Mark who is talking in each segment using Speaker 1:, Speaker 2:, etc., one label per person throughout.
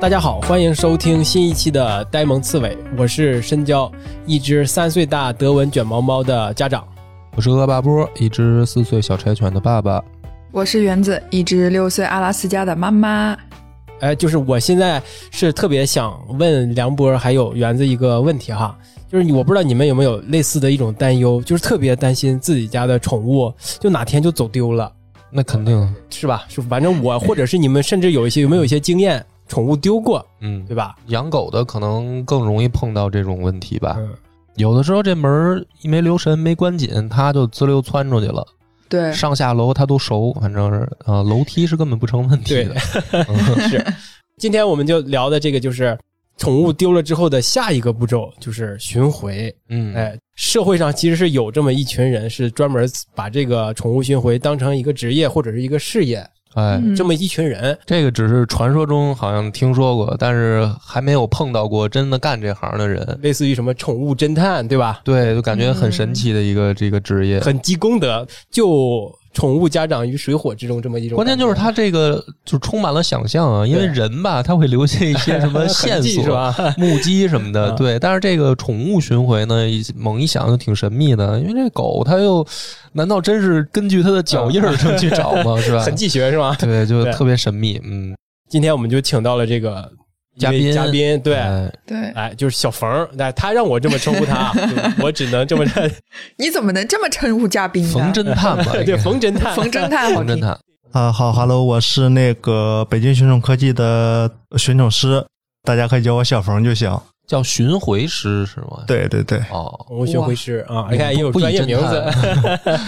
Speaker 1: 大家好，欢迎收听新一期的《呆萌刺猬》，我是深交，一只三岁大德文卷毛猫的家长。
Speaker 2: 我是恶霸波，一只四岁小柴犬的爸爸。
Speaker 3: 我是园子，一只六岁阿拉斯加的妈妈。
Speaker 1: 哎，就是我现在是特别想问梁波还有园子一个问题哈，就是你我不知道你们有没有类似的一种担忧，就是特别担心自己家的宠物就哪天就走丢了，
Speaker 2: 那肯定，
Speaker 1: 是吧？是反正我或者是你们，甚至有一些有没有一些经验，宠物丢过，
Speaker 2: 嗯
Speaker 1: 对，吧？
Speaker 2: 养狗的可能更容易碰到这种问题吧。
Speaker 1: 嗯，
Speaker 2: 有的时候这门儿一没留神没关紧，它就滋溜窜出去了，
Speaker 3: 对，
Speaker 2: 上下楼它都熟，反正是啊、呃楼梯是根本不成问题的。嗯
Speaker 1: 是。 今天我们就聊的这个就是宠物丢了之后的下一个步骤，就是寻回。
Speaker 2: 嗯，
Speaker 1: 哎，社会上其实是有这么一群人，是专门把这个宠物寻回当成一个职业或者是一个事业，
Speaker 2: 哎，
Speaker 3: 嗯
Speaker 1: 这么一群人。
Speaker 2: 这个只是传说中好像听说过，但是还没有碰到过真的干这行的人。
Speaker 1: 类似于什么宠物侦探，对吧？
Speaker 2: 对，就感觉很神奇的一个、这个职业。
Speaker 1: 很积功德，救宠物家长于水火之中，这么一种
Speaker 2: 关
Speaker 1: 感觉。
Speaker 2: 键就是它这个就充满了想象啊，因为
Speaker 1: 对
Speaker 2: 人吧，他会留下一 些什么线
Speaker 1: 痕迹
Speaker 2: 索
Speaker 1: 是吧？
Speaker 2: 目击什么的，
Speaker 1: 嗯
Speaker 2: 对。但是这个宠物巡回呢，一猛一想就挺神秘的，因为这狗它又，难道真是根据它的脚印儿这么去找 吗？是吧？
Speaker 1: 痕迹学是吗？
Speaker 2: 对，就
Speaker 1: 对
Speaker 2: 特别神秘。嗯，
Speaker 1: 今天我们就请到了这个一
Speaker 2: 嘉
Speaker 1: 位
Speaker 2: 宾
Speaker 1: 嘉宾对。
Speaker 2: 哎
Speaker 3: 对，
Speaker 1: 哎，就是小冯儿，哎，他让我这么称呼他 啊，就我只能这么认。
Speaker 3: 你怎么能这么称呼嘉宾呢？
Speaker 2: 冯侦探吧， 应
Speaker 1: 对，
Speaker 2: 该
Speaker 1: 冯侦探，
Speaker 3: 冯侦探好
Speaker 2: 哎冯
Speaker 3: 听
Speaker 2: 侦，探，
Speaker 4: 啊，好哈喽，我是那个北京寻宠科技的寻宠师，大家可以叫我小冯就行。
Speaker 2: 叫巡回师是吗？，
Speaker 4: 对对对，
Speaker 2: 哦，
Speaker 1: 宠物巡回师啊，你看也有
Speaker 2: 哎不
Speaker 1: 专业名，
Speaker 2: 不以
Speaker 1: 字，
Speaker 2: 侦 探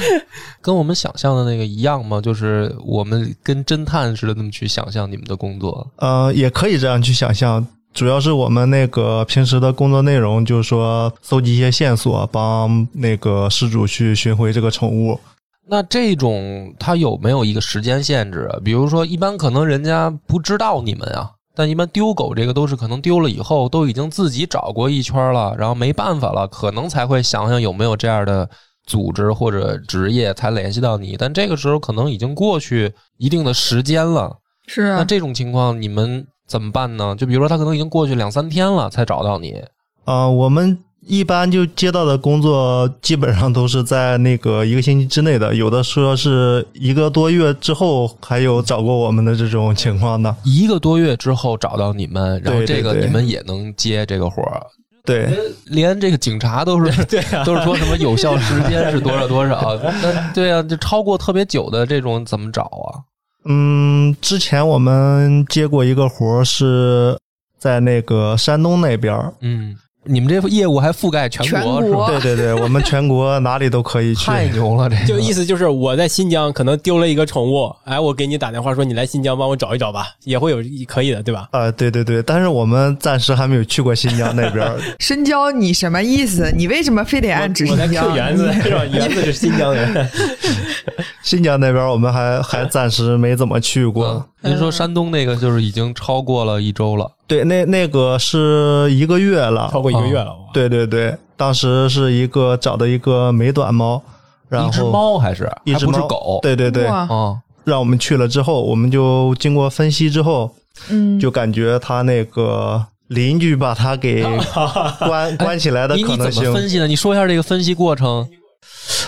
Speaker 2: 跟我们想象的那个一样吗？就是我们跟侦探似的那么去想象你们的工作。
Speaker 4: 呃，也可以这样去想象，主要是我们那个平时的工作内容，就是说搜集一些线索，帮那个失主去寻回这个宠物。
Speaker 2: 那这种它有没有一个时间限制？啊比如说，一般可能人家不知道你们啊，但一般丢狗这个都是可能丢了以后都已经自己找过一圈了，然后没办法了，可能才会想想有没有这样的组织或者职业才联系到你。但这个时候可能已经过去一定的时间了，
Speaker 3: 是
Speaker 2: 那
Speaker 3: 啊，
Speaker 2: 这种情况你们怎么办呢？就比如说他可能已经过去两三天了才找到你，
Speaker 4: 啊、我们一般就接到的工作基本上都是在那个一个星期之内的，有的说是一个多月之后还有找过我们的这种情况的。
Speaker 2: 一个多月之后找到你们，然后
Speaker 4: 对对
Speaker 2: 这个
Speaker 4: 对
Speaker 2: 你们也能接这个活儿。
Speaker 4: 对，
Speaker 2: 连这个警察都 是对、
Speaker 4: 啊
Speaker 2: 都是说什么有效时间是多少多少，那对啊，就超过特别久的这种怎么找啊？
Speaker 4: 嗯，之前我们接过一个活儿，是在那个山东那边 儿。
Speaker 2: 嗯，你们这业务还覆盖全
Speaker 3: 全
Speaker 2: 国是
Speaker 3: 国
Speaker 2: 吧？
Speaker 4: 对对对，我们全国哪里都可以去。
Speaker 2: 太牛了，这 个
Speaker 1: 就意思就是我在新疆可能丢了一个宠物，哎，我给你打电话说你来新疆帮我找一找吧，也会有一可以的，对吧？
Speaker 4: 啊，对对对，但是我们暂时还没有去过新疆那 边儿。
Speaker 3: 深交，你什么意思？你为什么非得
Speaker 1: 我
Speaker 3: 按指
Speaker 1: 我在
Speaker 3: 新
Speaker 1: Q
Speaker 3: 疆？
Speaker 1: 园 子是吧？园子是新疆 人，
Speaker 4: 新疆那边儿我们还还暂时没怎么去过。
Speaker 2: 嗯您说山东那个就是已经超过了一周了，
Speaker 4: 对，那那个是一个月了
Speaker 1: 超。过一个月了，哇
Speaker 4: 对对对，当时是一个找的一个美短猫，然后
Speaker 2: 一只，猫还是
Speaker 4: 一只
Speaker 2: 还不
Speaker 4: 猫
Speaker 2: 是狗？
Speaker 4: 对对对，
Speaker 3: 哇，
Speaker 2: 啊，
Speaker 4: 让我们去了之后，我们就经过分析之后，
Speaker 3: 嗯，
Speaker 4: 就感觉他那个邻居把他给 关关起来的
Speaker 2: 你
Speaker 4: 可
Speaker 2: 哎你
Speaker 4: 能
Speaker 2: 怎
Speaker 4: 性
Speaker 2: 么。分析的？你说一下这个分析过程。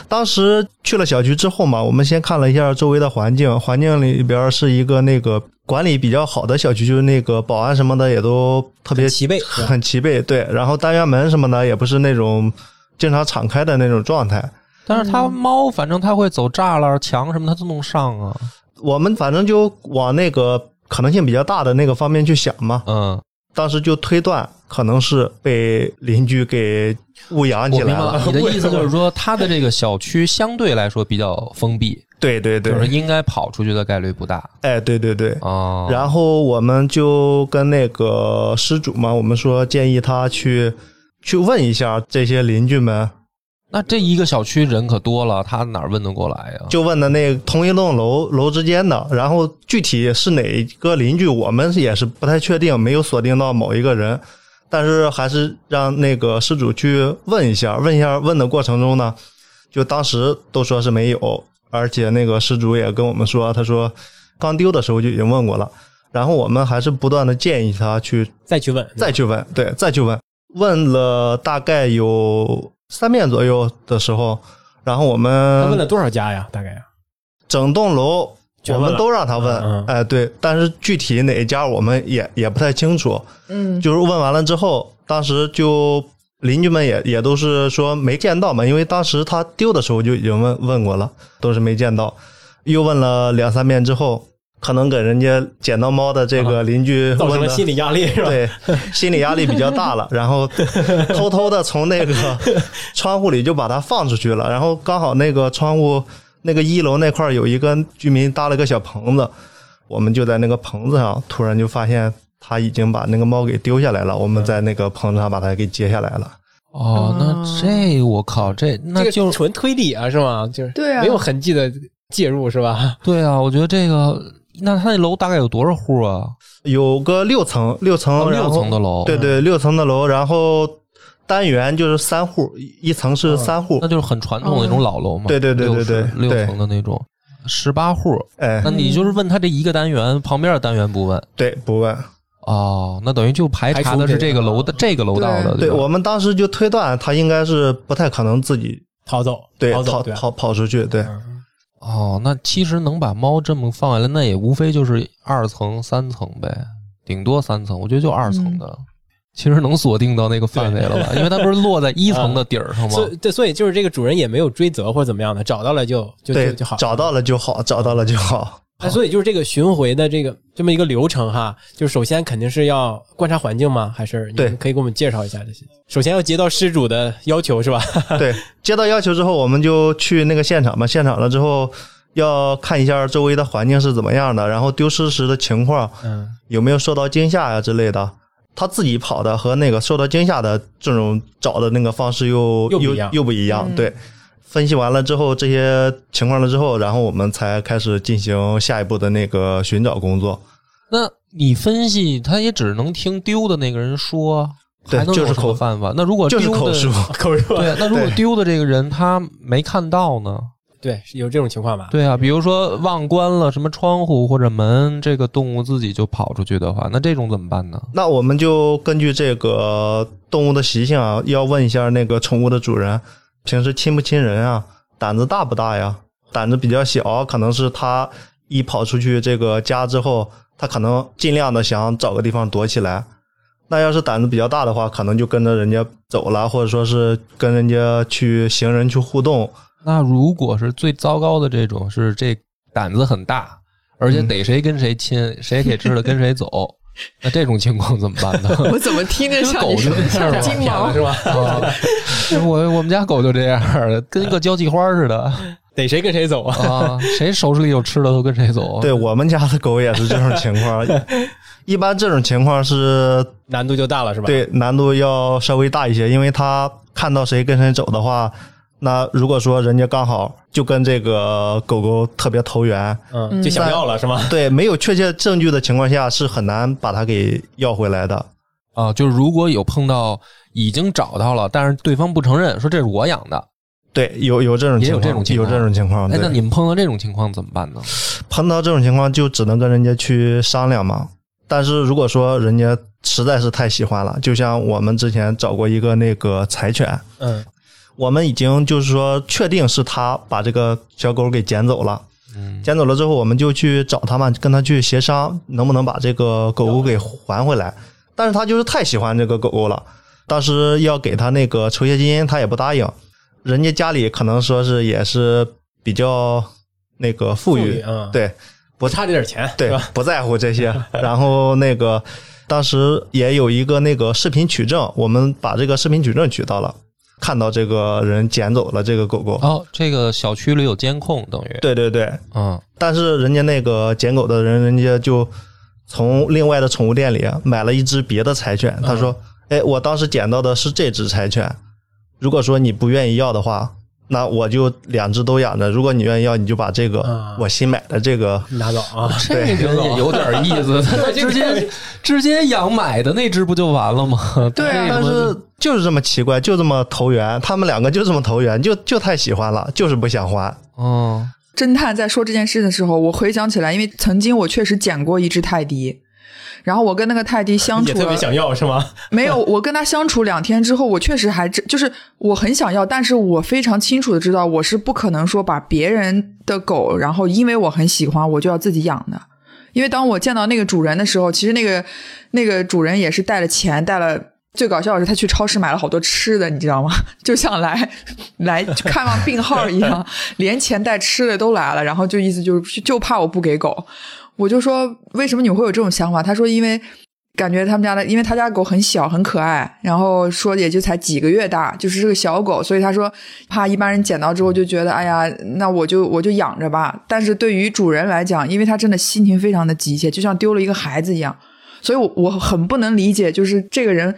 Speaker 4: 当时去了小区之后嘛，我们先看了一下周围的环境，环境里边是一个那个管理比较好的小区，就是那个保安什么的也都特别
Speaker 1: 很齐备是吧
Speaker 4: 很齐备。对，然后单元门什么的也不是那种经常敞开的那种状态。
Speaker 2: 但是它猫，反正它会走栅栏、墙什么，它自动上啊。
Speaker 4: 我们反正就往那个可能性比较大的那个方面去想嘛。
Speaker 2: 嗯，
Speaker 4: 当时就推断可能是被邻居给误养
Speaker 2: 我
Speaker 4: 起
Speaker 2: 明
Speaker 4: 来
Speaker 2: 白了
Speaker 4: 了。
Speaker 2: 你的意思就是说，它的这个小区相对来说比较封闭，
Speaker 4: 对对
Speaker 2: 就是
Speaker 4: 对，
Speaker 2: 应该跑出去的概率不大
Speaker 4: 哎，对对对。
Speaker 2: 啊。
Speaker 4: 然后我们就跟那个失主嘛，我们说建议他去去问一下这些邻居们，
Speaker 2: 那这一个小区人可多了，他哪儿问得过来啊呀？
Speaker 4: 就问的那同一栋楼楼之间的，然后具体是哪个邻居，我们也是不太确定，没有锁定到某一个人，但是还是让那个失主去问一下，问一下问的过程中呢，就当时都说是没有，而且那个失主也跟我们说，他说刚丢的时候就已经问过了，然后我们还是不断的建议他去
Speaker 1: 再去问，
Speaker 4: 再去问，对，再去问，问了大概有三遍左右的时候，然后我
Speaker 1: 他问
Speaker 4: 们
Speaker 1: 了多少家呀？大概呀？
Speaker 4: 整栋楼
Speaker 1: 全
Speaker 4: 我
Speaker 1: 问了
Speaker 4: 们都让他
Speaker 1: 嗯嗯
Speaker 4: 问，哎，对，但是具体哪一家我们也也不太清楚，
Speaker 3: 嗯，
Speaker 4: 就是问完了之后，当时就邻居们也也都是说没见到嘛，因为当时他丢的时候就已经问问过了，都是没见到，又问了两三遍之后，可能给人家捡到猫的这个邻居
Speaker 1: 啊造成
Speaker 4: 问
Speaker 1: 了
Speaker 4: 的。
Speaker 1: 心理压力是吧？
Speaker 4: 对，心理压力比较大 了，然后偷偷的从那个窗户里就把它放出去了，然后刚好那个窗户那个一楼那块儿有一个居民搭了个小棚子，我们就在那个棚子上突然就发现他已经把那个猫给丢下来了，我们在那个棚子上把它给接下来了。
Speaker 2: 哦，那这我靠，这那
Speaker 1: 这
Speaker 2: 就
Speaker 1: 个纯推理啊，是吗？就是
Speaker 3: 对啊
Speaker 1: 没有痕迹的介入是吧？
Speaker 2: 对啊，我觉得这个，那他那楼大概有多少户啊？
Speaker 4: 有个六层，六层，
Speaker 2: 哦
Speaker 4: 然
Speaker 2: 六
Speaker 4: 后
Speaker 2: 层的楼，嗯
Speaker 4: 对对，六层的楼，然后单元就是三户，一一层是三
Speaker 2: 嗯
Speaker 4: 户
Speaker 2: 那，就是很传统的那种老楼嘛。
Speaker 4: 对对对对对
Speaker 2: 60六
Speaker 4: 对
Speaker 2: 层的那种，十八户。
Speaker 4: 哎
Speaker 2: 那，你就是问他这一个单元，旁边的单元不问
Speaker 4: 对，不问。
Speaker 2: 哦，那等于就排查的是这个楼的这个楼道的，
Speaker 4: 对
Speaker 2: 吧
Speaker 4: 我们当时就推断他应该是不太可能自己
Speaker 1: 逃走，
Speaker 4: 对
Speaker 1: 逃
Speaker 4: 逃
Speaker 1: 走，对啊，
Speaker 4: 逃跑出去，对
Speaker 1: 嗯
Speaker 2: 哦，那其实能把猫这么放下来，那也无非就是二层、三层呗，顶多三层，我觉得就二层的，其实能锁定到那个范围了吧？因为它不是落在一层的底儿上吗？
Speaker 1: 啊所以对，所以就是这个主人也没有追责或者怎么样的，找到了就就就
Speaker 4: 对
Speaker 1: 就好，，
Speaker 4: 找到了就好，找到了就好，
Speaker 1: 哎，所以就是这个巡回的这个这么一个流程哈，就是首先肯定是要观察环境吗？还是你
Speaker 4: 对
Speaker 1: 们可以给我们介绍一下这些？首先要接到失主的要求是吧？
Speaker 4: 对，接到要求之后，我们就去那个现场嘛，现场了之后要看一下周围的环境是怎么样的，然后丢失时的情况
Speaker 1: 嗯，
Speaker 4: 有没有受到惊吓呀、之类的。他自己跑的和那个受到惊吓的这种找的那个方式又
Speaker 1: 又不
Speaker 4: 又
Speaker 1: 一样
Speaker 4: 又不一样，
Speaker 3: 嗯
Speaker 4: 对。分析完了之后，这些情况了之后，然后我们才开始进行下一步的那个寻找工作。
Speaker 2: 那你分析，他也只能听丢的那个人说啊，
Speaker 4: 对
Speaker 2: 还能
Speaker 4: 就是
Speaker 2: 有什么
Speaker 4: 口
Speaker 2: 办法？那如果
Speaker 4: 就是
Speaker 2: 丢的
Speaker 4: 口述，
Speaker 1: 口述啊
Speaker 2: 对，那如果丢的这个人他没看到呢？
Speaker 1: 对，是有这种情况吧？
Speaker 2: 对啊，比如说忘关了什么窗户或者门，这个动物自己就跑出去的话，那这种怎么办呢？
Speaker 4: 那我们就根据这个动物的习性啊，要问一下那个宠物的主人，平时亲不亲人啊，胆子大不大呀？胆子比较小，啊可能是它一跑出去这个家之后，它可能尽量的想找个地方躲起来。那要是胆子比较大的话，可能就跟着人家走了，或者说是跟人家去行人去互动。
Speaker 2: 那如果是最糟糕的这种，是这胆子很大，而且逮谁跟谁亲，谁给吃了跟谁走，那这种情况怎么 办呢？
Speaker 3: 我怎么听着像
Speaker 2: 狗
Speaker 3: 你
Speaker 2: 就
Speaker 3: 说的
Speaker 2: 这样
Speaker 3: 像
Speaker 2: 吧
Speaker 3: 金毛？
Speaker 1: 是吧？
Speaker 2: 啊，我我们家狗就这样，跟个交际花似的
Speaker 1: 逮谁跟谁走啊？
Speaker 2: 啊，谁手里有吃的都跟谁走。
Speaker 4: 对我们家的狗也是这种情况， 一般这种情况是
Speaker 1: 难度就大了是吧？，
Speaker 4: 对，难度要稍微大一些，因为他看到谁跟谁走的话，那如果说人家刚好就跟这个狗狗特别投缘，
Speaker 1: 嗯，就想要了是吗？
Speaker 4: 对，没有确切证据的情况下是很难把它给要回来的。
Speaker 2: 啊，就是如果有碰到已经找到了，但是对方不承认，说这是我养的，
Speaker 4: 对，有有这种
Speaker 2: 也
Speaker 4: 情
Speaker 2: 有
Speaker 4: 况，
Speaker 2: 这种情况
Speaker 4: 有这种情况。
Speaker 2: 哎，
Speaker 4: 啊对
Speaker 2: 那你们碰到这种情况怎么办呢？
Speaker 4: 碰到这种情况就只能跟人家去商量嘛。但是如果说人家实在是太喜欢了，就像我们之前找过一个那个柴犬，
Speaker 1: 嗯，
Speaker 4: 我们已经就是说确定是他把这个小狗给捡走了。
Speaker 2: 嗯，
Speaker 4: 捡走了之后，我们就去找他们，跟他去协商，能不能把这个狗狗给还回来。但是他就是太喜欢这个狗狗了，当时要给他那个酬谢金，他也不答应。人家家里可能说是也是比较那个富裕，
Speaker 1: 嗯，，
Speaker 4: 对
Speaker 1: 不差这点钱，
Speaker 4: 对
Speaker 1: 是吧？，
Speaker 4: 不在乎 这些。然后那个当时也有一个那个视频取证，我们把这个视频取证取到了，看到这个人捡走了这个狗狗。
Speaker 2: 哦，这个小区里有监控，等于，
Speaker 4: 对对对，
Speaker 2: 嗯，
Speaker 4: 但是人家那个捡狗的人，人家就从另外的宠物店里买了一只别的柴
Speaker 1: 嗯
Speaker 4: 犬。他说：“哎，我当时捡到的是这只柴犬，如果说你不愿意要的话，那我就两只都养着。如果你愿意要，你就把这个、
Speaker 1: 嗯
Speaker 4: 我新买的这个。
Speaker 1: 拿走啊，
Speaker 2: 这人也有点意 思，他直接直接养买的那只不就完了吗？
Speaker 3: 对啊
Speaker 2: 这个
Speaker 4: 但是就是这么奇怪，就这么投缘，他们两个就这么投缘，就就太喜欢了，就是不想还。
Speaker 2: 嗯，
Speaker 3: 侦探在说这件事的时候，我回想起来，因为曾经我确实捡过一只泰迪，然后我跟那个泰迪相
Speaker 1: 也
Speaker 3: 处
Speaker 1: 特别
Speaker 3: 了，
Speaker 1: 想要是吗？
Speaker 3: 没有，我跟他相处两天之后，我确实还真就是我很想要，但是我非常清楚的知道，我是不可能说把别人的狗，然后因为我很喜欢，我就要自己养的。因为当我见到那个主人的时候，其实那个那个主人也是带了钱，带了。最搞笑的是，他去超市买了好多吃的，你知道吗？ 就像来来看望病号一样，连钱带吃的都来了，然后就意思就是就怕我不给狗，我就说为什么你会有这种想法？他说因为感觉他们家的，因为他家狗很小很可爱，然后说也就才几个月大，就是这个小狗，所以他说怕一般人捡到之后就觉得哎呀，那我就我就养着吧。但是对于主人来讲，因为他真的心情非常的急切，就像丢了一个孩子一样，所以我我很不能理解，就是这个人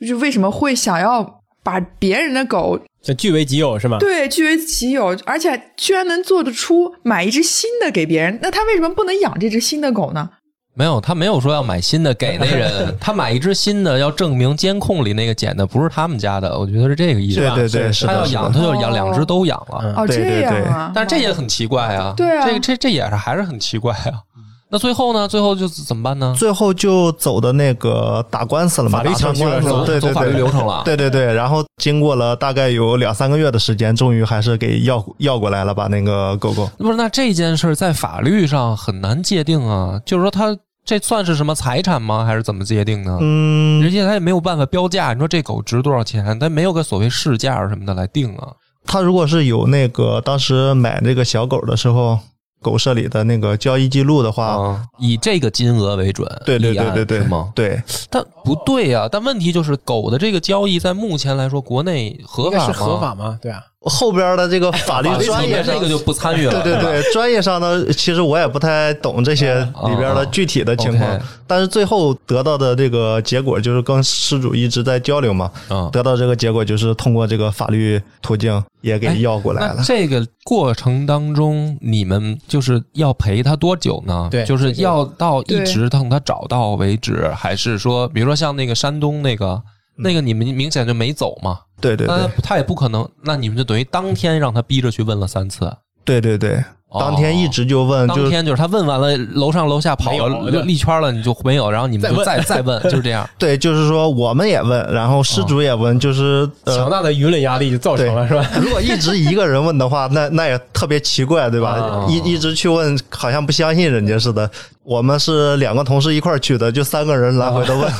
Speaker 3: 就是为什么会想要把别人的狗
Speaker 1: 想据为己有是吗？
Speaker 3: 对，据为己有，而且居然能做得出买一只新的给别人，那他为什么不能养这只新的狗呢？
Speaker 2: 没有，他没有说要买新的给那人， 他买一只新的要证明监控里那个捡的不是他们家的，我觉得是哦这个意思。
Speaker 4: 对对对，
Speaker 1: 是
Speaker 4: 是
Speaker 2: 他要
Speaker 4: 的，是
Speaker 2: 养，
Speaker 4: 的
Speaker 2: 他就养两只都养了，
Speaker 1: 嗯
Speaker 3: 哦，
Speaker 4: 对对
Speaker 3: 这样啊，
Speaker 2: 但是这也很奇怪啊。
Speaker 3: 对啊
Speaker 2: 这这这也是还是很奇怪啊。那最后呢？最后就怎么办呢？
Speaker 4: 最后就走的那个打官司了嘛，
Speaker 1: 法律
Speaker 4: 打
Speaker 1: 程
Speaker 4: 上
Speaker 1: 序
Speaker 4: 官司
Speaker 1: 了
Speaker 4: 了
Speaker 1: 走
Speaker 4: 对
Speaker 2: 走
Speaker 4: 对
Speaker 2: 法律
Speaker 4: 对
Speaker 2: 流程了。啊
Speaker 4: 对对对，然后经过了大概有两三个月的时间，终于还是给要要过来了吧，那个狗狗。
Speaker 2: 不是，那这件事儿在法律上很难界定啊。就是说，他这算是什么财产吗？还是怎么界定呢？
Speaker 4: 嗯，
Speaker 2: 人家他也没有办法标价，你说这狗值多少钱？他没有个所谓市价什么的来定啊。
Speaker 4: 他如果是有那个当时买这个小狗的时候，狗舍里的那个交易记录的话，
Speaker 2: 啊，以这个金额为准，
Speaker 4: 对对
Speaker 2: 立案
Speaker 4: 对对对嗯
Speaker 2: 是吗？
Speaker 4: 对，
Speaker 2: 但不对呀、但问题就是狗的这个交易在目前来说，国内合
Speaker 1: 应该是
Speaker 2: 法吗？
Speaker 1: 合法吗？对啊，
Speaker 4: 后边的这个法律
Speaker 2: 法律
Speaker 4: 专
Speaker 2: 层
Speaker 4: 业
Speaker 2: 面这
Speaker 4: 上
Speaker 2: 个。就不参与了。
Speaker 4: 对对
Speaker 2: 是吧，
Speaker 4: 对，专业上呢，其实我也不太懂这些里边的具体的情
Speaker 2: 啊啊
Speaker 4: 况
Speaker 2: ，OK，
Speaker 4: 但是最后得到的这个结果就是跟失主一直在交流嘛，
Speaker 2: 嗯。
Speaker 4: 得到这个结果就是通过这个法律途径也
Speaker 2: 哎
Speaker 4: 给要过来了
Speaker 2: 那。这个过程当中，你们就是要陪他多久呢？
Speaker 1: 对
Speaker 2: 就是要到一
Speaker 3: 对
Speaker 2: 直等他找到为止，还是说，比如说像那个山东那个，那个你们明显就没走嘛？
Speaker 4: 对对
Speaker 2: 那
Speaker 4: 对
Speaker 2: 他也不可能，那你们就等于当天让他逼着去问了三次，
Speaker 4: 对对对，当天一直嗯就问，
Speaker 2: 哦当
Speaker 4: 就是
Speaker 2: 天就是他问完了，楼上楼下跑
Speaker 1: 没有
Speaker 2: 了
Speaker 1: 对
Speaker 2: 一圈了，你就没有，然后你们就再
Speaker 1: 再
Speaker 2: 再问，就是这样。
Speaker 4: 对，就是说我们也问，然后失主也问，就是
Speaker 1: 强
Speaker 2: 哦
Speaker 4: 呃，
Speaker 1: 大的舆论压力就造成了是吧？
Speaker 4: 如果一直一个人问的话，那那也特别奇怪，对吧
Speaker 2: 啊？
Speaker 4: 一一直去问，好像不相信人家似的。我们是两个同事一块儿去的，就三个人来回的问。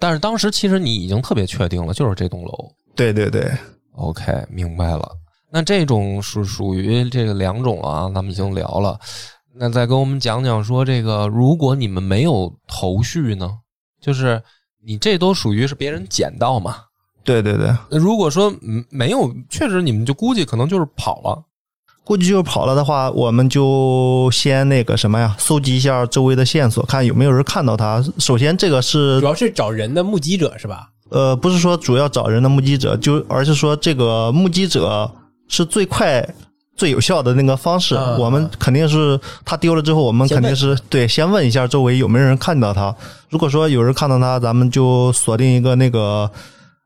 Speaker 2: 但是当时其实你已经特别确定了，就是这栋楼。
Speaker 4: 对对对，
Speaker 2: OK，明白了。那这种是属于这个两种啊，咱们已经聊了。那再跟我们讲讲说，这个如果你们没有头绪呢，就是你这都属于是别人捡到嘛。
Speaker 4: 对对对，
Speaker 2: 那如果说嗯没有，确实你们就估计可能就是跑了。
Speaker 4: 估计就是跑了的话，我们就先那个什么呀，搜集一下周围的线索，看有没有人看到他。首先，这个是
Speaker 1: 主要是找人的目击者是吧？
Speaker 4: 呃，不是说主要找人的目击者，就而是说这个目击者是最快、最有效的那个方式。
Speaker 1: 嗯
Speaker 4: 我们肯定是他丢了之后，我们
Speaker 1: 先
Speaker 4: 肯定
Speaker 1: 问
Speaker 4: 是对先问一下周围有没有人看到他。如果说有人看到他，咱们就锁定一个那个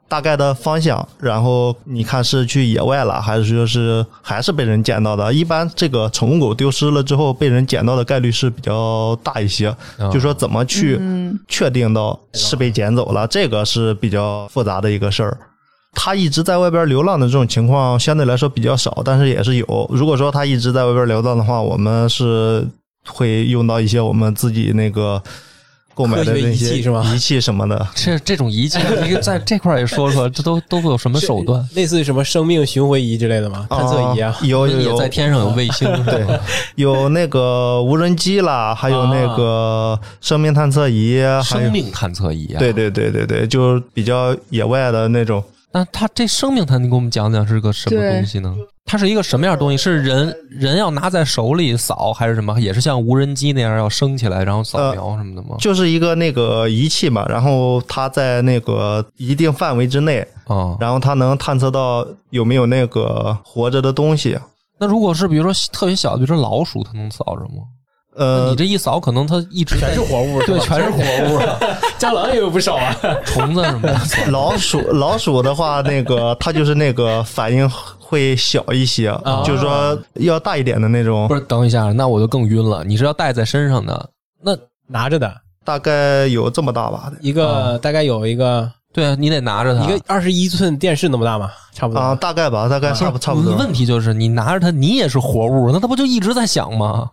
Speaker 4: 大概的方向，然后你看是去野外了，还是说是还是被人捡到的？一般这个宠物狗丢失了之后被人捡到的概率是比较大一些。
Speaker 2: 啊
Speaker 4: 就说怎么去
Speaker 3: 嗯
Speaker 4: 确定到是被捡走了，这个是比较复杂的一个事儿。他一直在外边流浪的这种情况相对来说比较少，但是也是有。如果说他一直在外边流浪的话，我们是会用到一些我们自己那个购买的
Speaker 1: 科学
Speaker 4: 那
Speaker 1: 仪器
Speaker 4: 些
Speaker 1: 是吗
Speaker 4: 仪器什么的。
Speaker 2: 这这种仪器，你在这块儿也说说，这都都会有什么手段？
Speaker 1: 是类似于什么生命巡回仪之类的吗？ 探测 仪啊
Speaker 4: 啊，有有
Speaker 2: 也在
Speaker 4: 有
Speaker 2: 天上有卫星，对，
Speaker 4: 有那个无人机啦，还有那
Speaker 1: 啊
Speaker 4: 个生命探测仪，还有
Speaker 2: 生命探测仪啊。
Speaker 4: 对对对对对，就是比较野外的那种。
Speaker 2: 那它这生命它，你给我们讲讲是个什么
Speaker 3: 对
Speaker 2: 东西呢？它是一个什么样的东西？是人人要拿在手里扫，还是什么？也是像无人机那样要升起来，然后扫描什么的吗？
Speaker 4: 就是一个那个仪器嘛，然后它在那个一定范围之内，
Speaker 2: 啊、
Speaker 4: 然后它能探测到有没有那个活着的东西。
Speaker 2: 那如果是比如说特别小的，比如说老鼠，它能扫着吗？那
Speaker 4: 呃
Speaker 2: 你，这一扫，可能它一直在
Speaker 1: 全是活物，
Speaker 2: 对，全是活物啊，
Speaker 1: 蟑螂也有不少啊。
Speaker 2: 虫子什么的。
Speaker 4: 老鼠老鼠的话，那个它就是那个反应会小一些，
Speaker 2: 啊
Speaker 4: 就是说要大一点的那种
Speaker 2: 不，是，等一下，那我就更晕了。你是要带在身上的？那
Speaker 1: 拿着的
Speaker 4: 大概有这么大吧
Speaker 1: 一个，
Speaker 4: 啊
Speaker 1: 大概有一个
Speaker 2: 对啊，你得拿着它。
Speaker 1: 一个二十一寸电视那么大嘛，差不多
Speaker 4: 啊，大概吧，大概差不差不多。
Speaker 2: 嗯问题就是你拿着它，你也是活物，那它不就一直在响吗？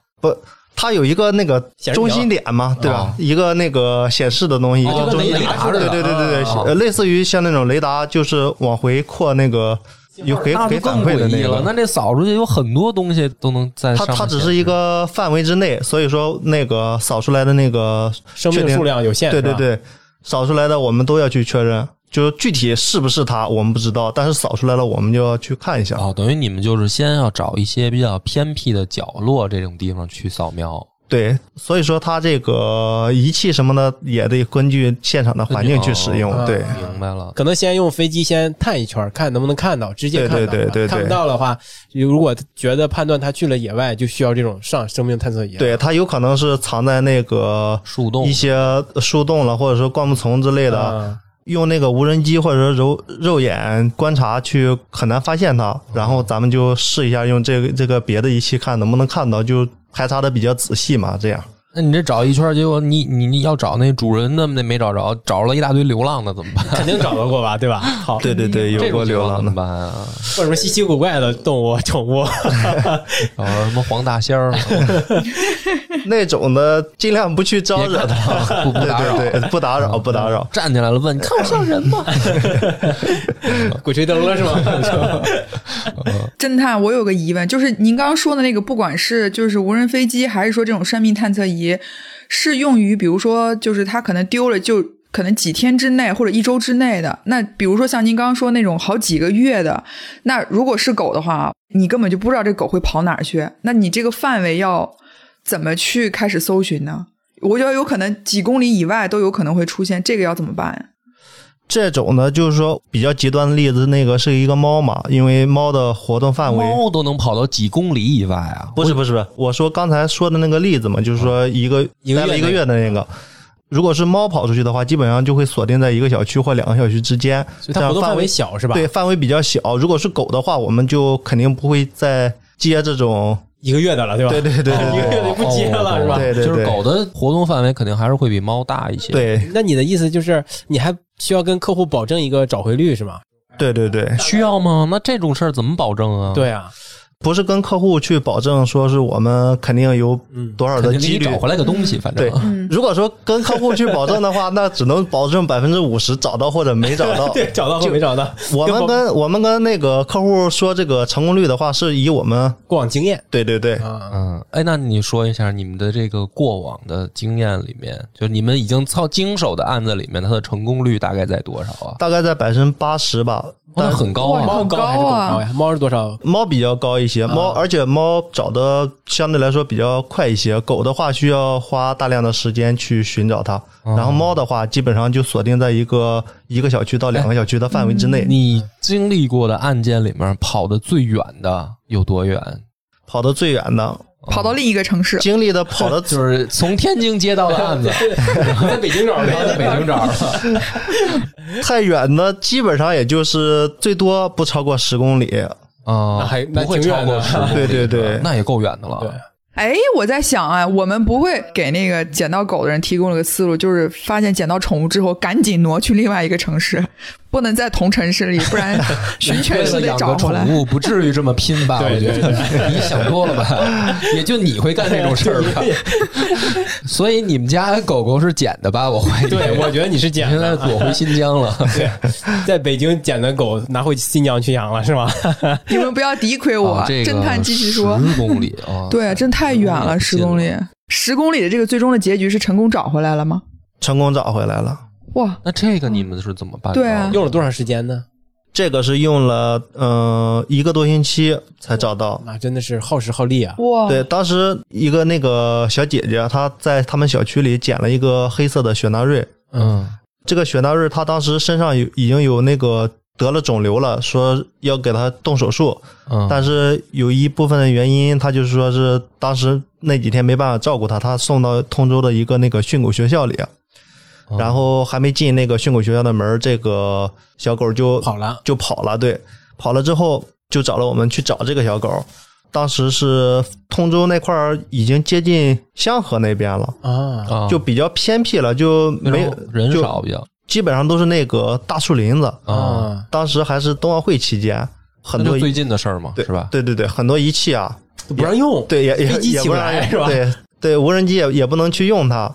Speaker 4: 它有一个那个
Speaker 1: 显示屏
Speaker 4: 中心点嘛，对吧
Speaker 2: 啊？
Speaker 4: 一个那个显示的东西，一
Speaker 2: 哦
Speaker 4: 个中心
Speaker 2: 就跟雷
Speaker 4: 点
Speaker 2: 达，似的
Speaker 4: 对对对对对
Speaker 2: 啊，
Speaker 4: 呃类似于像那种雷达，就是往回扩那个有给
Speaker 2: 那
Speaker 4: 给
Speaker 2: 就
Speaker 4: 反
Speaker 2: 更
Speaker 4: 馈的
Speaker 2: 诡
Speaker 4: 那
Speaker 2: 异了。
Speaker 4: 个。
Speaker 2: 那这扫出去有很多东西都能在
Speaker 4: 它
Speaker 2: 上面
Speaker 4: 它只是一个范围之内，所以说那个扫出来的那个，
Speaker 1: 生
Speaker 4: 确
Speaker 1: 命
Speaker 4: 定
Speaker 1: 数量有限，
Speaker 4: 对
Speaker 1: 是
Speaker 4: 对
Speaker 1: 吧，
Speaker 4: 对，扫出来的我们都要去确认，就是具体是不是它我们不知道，但是扫出来了我们就要去看一下
Speaker 2: 显。示。哦，等于你们就是先要找一些比较偏僻的角落这种地方去扫描，
Speaker 4: 对，所以说它这个仪器什么的也得根据现场的环境去使用
Speaker 1: 哦。
Speaker 4: 对，
Speaker 1: 啊
Speaker 2: 明白了。
Speaker 1: 可能先用飞机先探一圈儿，看能不能看到，直接看到。
Speaker 4: 对对对对对
Speaker 1: 看不到的话，如果觉得判断他去了野外，就需要这种上生命探测仪。，啊
Speaker 4: 对，它有可能是藏在那个
Speaker 2: 树洞嗯
Speaker 4: 一些树洞了，或者说灌木丛之类的，
Speaker 1: 啊，
Speaker 4: 用那个无人机或者说肉肉眼观察去很难发现它。然后咱们就试一下用这个这个别的仪器看能不能看到，就排查的比较仔细嘛。这样
Speaker 2: 那你这找一圈，结果你你你要找那主人的那没找着，找了一大堆流浪的怎么办？
Speaker 1: 肯定找到过吧，对吧？好，
Speaker 4: 对对
Speaker 2: 嗯这
Speaker 4: 对，有
Speaker 2: 种
Speaker 4: 过
Speaker 2: 情
Speaker 4: 流
Speaker 2: 况
Speaker 4: 浪
Speaker 2: 怎
Speaker 4: 的
Speaker 2: 么。办啊？
Speaker 1: 或者什么稀奇古怪的动物、宠物，
Speaker 2: 找什么黄大仙儿，
Speaker 4: 那种的尽量不去招惹它，
Speaker 2: 不不
Speaker 4: 对
Speaker 2: 打扰，
Speaker 4: 对对，不打扰不嗯打扰。哎
Speaker 2: 站起来了问，你看我像人吗？
Speaker 1: 鬼吹灯了是吗？
Speaker 3: 侦探，我有个疑问，就是您刚刚说的那个，不管是就是无人飞机，还是说这种生命探测仪，适用于比如说就是它可能丢了就。可能几天之内或者一周之内的，那比如说像您刚刚说那种好几个月的，那如果是狗的话，你根本就不知道这狗会跑哪儿去，那你这个范围要怎么去开始搜寻呢？我觉得有可能几公里以外都有可能会出现，这个要怎么办？
Speaker 4: 这种呢，就是说比较极端的例子，那个是一个猫嘛，因为猫的活动范围
Speaker 2: 猫都能跑到几公里以外啊？
Speaker 4: 不是不是不是，我说刚才说的那个例子嘛，就是说一个
Speaker 1: 啊一个
Speaker 4: 待了
Speaker 1: 月
Speaker 4: 一个月的那个，如果是猫跑出去的话，基本上就会锁定在一个小区或两个小区之间，
Speaker 1: 所以它活动范围小是吧？
Speaker 4: 对，范围比较小。如果是狗的话，我们就肯定不会再接这种，
Speaker 1: 一个月的了，对吧？
Speaker 4: 对对对对
Speaker 1: 一个
Speaker 4: 对
Speaker 1: 月就不接了是吧？
Speaker 4: 哦对对
Speaker 2: 就是
Speaker 4: 对
Speaker 2: 狗的活动范围肯定还是会比猫大一些。，
Speaker 4: 对
Speaker 1: 那你的意思就是，你还需要跟客户保证一个找回率是吗？
Speaker 4: 对对对，
Speaker 2: 需要吗？那这种事儿怎么保证啊？，
Speaker 1: 对啊，
Speaker 4: 不是跟客户去保证说是我们肯定有
Speaker 1: 嗯，
Speaker 4: 多少
Speaker 2: 肯
Speaker 4: 的
Speaker 2: 定给
Speaker 4: 几
Speaker 2: 你
Speaker 4: 率
Speaker 2: 找。回来个东西，反正
Speaker 4: 对，如果说跟客户去保证的话， 那只能保证百分之五十找到或者没找到。
Speaker 1: 对，找到和
Speaker 4: 就
Speaker 1: 没找到，
Speaker 4: 我们跟我们跟那个客户说这个成功率的话，是以我们
Speaker 1: 过往经验
Speaker 4: 对对对，
Speaker 1: 啊，
Speaker 2: 嗯，哎，那你说一下你们的这个过往的经验里面，就是你们已经操经手的案子里面，它的成功率大概在多少啊？
Speaker 4: 大概在百分之八十吧。
Speaker 2: 哦那很高
Speaker 3: 哇
Speaker 2: 啊！
Speaker 1: 猫高还是狗高呀？猫是多少？
Speaker 4: 猫比较高一些，猫而且猫找的相对来说比较快一些，狗的话需要花大量的时间去寻找它，
Speaker 2: 哦
Speaker 4: 然后猫的话基本上就锁定在一个一个小区到两个小区的范围之内，
Speaker 2: 你经历过的案件里面，跑的最远的有多远？
Speaker 4: 跑得最远的，
Speaker 3: 跑
Speaker 2: 哦
Speaker 3: 到另一个城市，
Speaker 4: 经历的跑的
Speaker 2: 就是从天津接到的案 子，
Speaker 1: 在北京找的，
Speaker 2: 在北京找的。
Speaker 4: 太远的，基本上也就是最多不超过十公里，
Speaker 2: 啊，
Speaker 1: 那还
Speaker 2: 不会
Speaker 1: 那挺
Speaker 2: 超
Speaker 1: 远
Speaker 2: 过
Speaker 1: 的
Speaker 2: 十公里，
Speaker 4: 对对对
Speaker 2: 那也够远的了。
Speaker 1: 对，
Speaker 3: 哎，我在想啊，我们不会给那个捡到狗的人提供了个思路，就是发现捡到宠物之后，赶紧挪去另外一个城市，不能在同城市里，不然寻
Speaker 2: 为
Speaker 3: 犬
Speaker 2: 了
Speaker 3: 师得
Speaker 2: 养
Speaker 3: 找
Speaker 2: 个
Speaker 3: 回来
Speaker 2: 宠。物，不至于这么拼 吧？
Speaker 1: 对
Speaker 2: 我觉得 你想多了吧？也就你会干这种事儿吧？ 所以你们家狗狗是捡的吧？我怀 疑。
Speaker 1: 对，我觉得你是
Speaker 2: 你
Speaker 1: 捡
Speaker 2: 现在
Speaker 1: 的，
Speaker 2: 躲回新疆 了。
Speaker 1: 在北京捡的狗拿回新疆去养了是吗？
Speaker 3: 你们不要诋毁我，
Speaker 2: 啊这个
Speaker 3: 侦探继续说。
Speaker 2: 十公里啊，
Speaker 3: 对，真太远了，
Speaker 2: 十
Speaker 3: 十公
Speaker 2: 公里
Speaker 3: 里，十公里的这个最终的结局是成功找回来了吗？
Speaker 4: 成功找回来了。
Speaker 3: 哇，
Speaker 2: 那这个你们是怎么办？
Speaker 3: 对啊
Speaker 1: 用了多长时间呢？
Speaker 4: 这个是用了嗯、呃一个多星期才找到。
Speaker 1: 那真的是耗时耗力啊！
Speaker 3: 哇，
Speaker 4: 对，当时一个那个小姐姐，她在他们小区里捡了一个黑色的雪纳瑞。
Speaker 2: 嗯，
Speaker 4: 这个雪纳瑞，她当时身上有已经有那个得了肿瘤了，说要给她动手术，
Speaker 2: 嗯
Speaker 4: 但是有一部分的原因，她就是说是当时那几天没办法照顾她，她送到通州的一个那个训狗学校里，啊
Speaker 2: 嗯
Speaker 4: 然后还没进那个训狗学校的门儿，这个小狗就
Speaker 1: 跑了，
Speaker 4: 就跑了。对，跑了之后就找了我们去找这个小狗。当时是通州那块儿已经接近香河那边了，
Speaker 1: 啊，
Speaker 2: 啊，
Speaker 4: 就比较偏僻了，就
Speaker 2: 那
Speaker 4: 没
Speaker 2: 时候人
Speaker 4: 就
Speaker 2: 少比较
Speaker 4: 基本上都是那个大树林子。
Speaker 2: 啊，
Speaker 1: 啊，
Speaker 4: 当时还是冬奥会期间，很
Speaker 2: 那
Speaker 4: 多
Speaker 2: 就最近的事儿嘛，
Speaker 4: 对
Speaker 2: 是吧？
Speaker 4: 对对对，很多仪器啊，
Speaker 1: 不让用，
Speaker 4: 对，也也
Speaker 1: 飞机
Speaker 4: 也
Speaker 1: 起
Speaker 4: 不
Speaker 1: 不
Speaker 4: 让
Speaker 1: 来
Speaker 4: 用
Speaker 1: 是吧
Speaker 4: 对对，无人机也也不能去用它，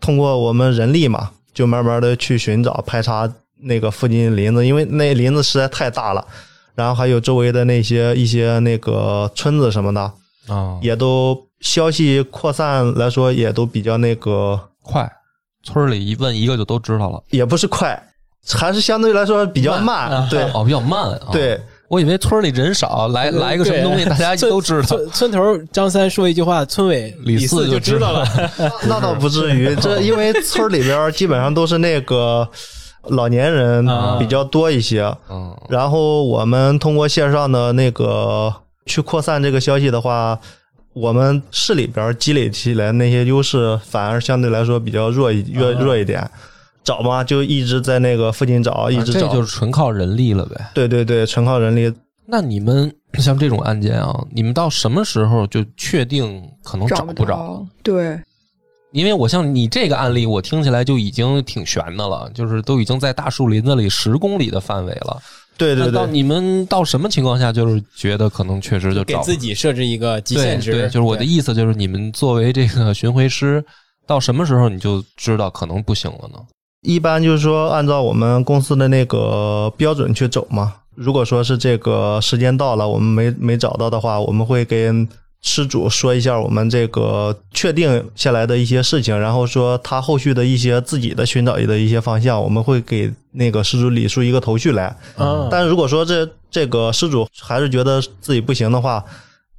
Speaker 4: 通过我们人力嘛，就慢慢的去寻找排查那个附近林子，因为那林子实在太大了，然后还有周围的那些一些那个村子什么的，
Speaker 2: 啊，
Speaker 4: 也都消息扩散来说也都比较那个，
Speaker 2: 快，村儿里一问一个就都知道了，
Speaker 4: 也不是快，还是相对来说比较慢，
Speaker 1: 啊哦
Speaker 4: 对、
Speaker 2: 哦，比较慢啊。，
Speaker 4: 对。
Speaker 2: 我以为村儿里人少，来
Speaker 4: 嗯
Speaker 1: 对
Speaker 2: 来一个什么 东西，大家都知道。
Speaker 1: 村村头张三说一句话，村委
Speaker 2: 李
Speaker 1: 四
Speaker 2: 四
Speaker 1: 就
Speaker 2: 就
Speaker 1: 知
Speaker 2: 知
Speaker 1: 道
Speaker 2: 道
Speaker 1: 了
Speaker 2: 了。
Speaker 4: 那倒不至于，这因为村儿里边儿基本上都是那个老年人
Speaker 1: 啊
Speaker 4: 比较多一些，
Speaker 2: 嗯，
Speaker 4: 然后我们通过线上的那个去扩散这个消息的话，我们市里边儿积累起来那些优势反而相对来说比较弱
Speaker 2: 啊
Speaker 4: 一弱弱一点，找嘛就一直在那个附近找，一直
Speaker 2: 啊这
Speaker 4: 找，
Speaker 2: 就是纯靠人力了呗。
Speaker 4: 对对对，纯靠人力。
Speaker 2: 那你们 像这种案件啊，你们到什么时候就确定可能找不着？
Speaker 3: 着，对，
Speaker 2: 因为我像你这个案例，我听起来就已经挺悬的了，就是都已经在大树林子里十公里的范围了。
Speaker 4: 对对
Speaker 2: 那到
Speaker 4: 对，
Speaker 2: 你们到什么情况下，就是觉得可能确实就
Speaker 1: 给
Speaker 2: 找不
Speaker 1: 自己设置一个极
Speaker 2: 对
Speaker 1: 限值，
Speaker 2: 对，就是我的
Speaker 1: 对
Speaker 2: 意思，就是你们作为这个巡回师，到什么时候你就知道可能不行了呢？
Speaker 4: 一般就是说按照我们公司的那个标准去走嘛。如果说是这个时间到了，我们没没找到的话，我们会跟失主说一下我们这个确定下来的一些事情，然后说他后续的一些自己的寻找的一些方向，我们会给那个失主理出一个头绪来。
Speaker 1: 啊，
Speaker 4: 但如果说这这个失主还是觉得自己不行的话，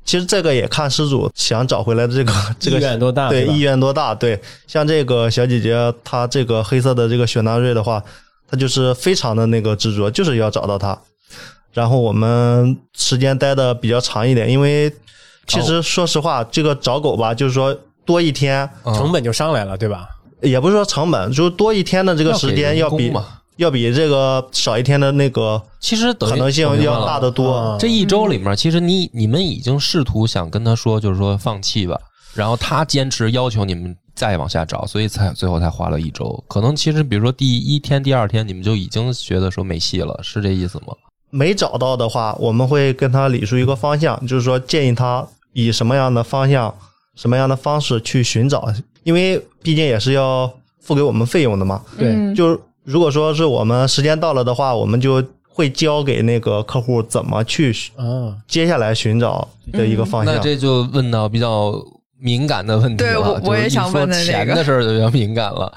Speaker 4: 其实这个也看失主想找回来的这个这个
Speaker 1: 意愿多大？
Speaker 4: 对
Speaker 1: 是吧
Speaker 4: 意愿多大？对，像这个小姐姐，她这个黑色的这个雪纳瑞的话，她就是非常的那个执着，就是要找到它。然后我们时间待的比较长一点，因为其实说实话，这个找狗吧，就是说多一天，
Speaker 2: 嗯
Speaker 1: 成本就上来了，对吧？
Speaker 4: 也不是说成本，就是多一天的这个
Speaker 2: 要
Speaker 4: 时
Speaker 2: 给
Speaker 4: 间
Speaker 2: 人
Speaker 4: 要
Speaker 2: 工
Speaker 4: 比
Speaker 2: 嘛，
Speaker 4: 要比这个少一天的那个
Speaker 2: 其实等于
Speaker 4: 可能性
Speaker 2: 我明白
Speaker 4: 要
Speaker 2: 了嗯
Speaker 4: 大得
Speaker 1: 啊
Speaker 4: 多。
Speaker 2: 这一周里面，其实你你们已经试图想跟他说，就是说放弃吧，然后他坚持要求你们再往下找，所以才最后才花了一周。可能其实比如说第一天、第二天，你们就已经觉得说没戏了，是这意思吗？
Speaker 4: 没找到的话，我们会跟他理出一个方向，就是说建议他以什么样的方向、什么样的方式去寻找，因为毕竟也是要付给我们费用的嘛。
Speaker 1: 对
Speaker 3: 嗯
Speaker 4: 就是如果说是我们时间到了的话，我们就会教给那个客户怎么去
Speaker 1: 啊，
Speaker 4: 接下来寻找的一个方向。
Speaker 2: 那这就问到比较敏感的问题了，
Speaker 3: 对我我也想问的
Speaker 2: 就是一说
Speaker 3: 那个
Speaker 2: 钱的事儿就比较敏感了。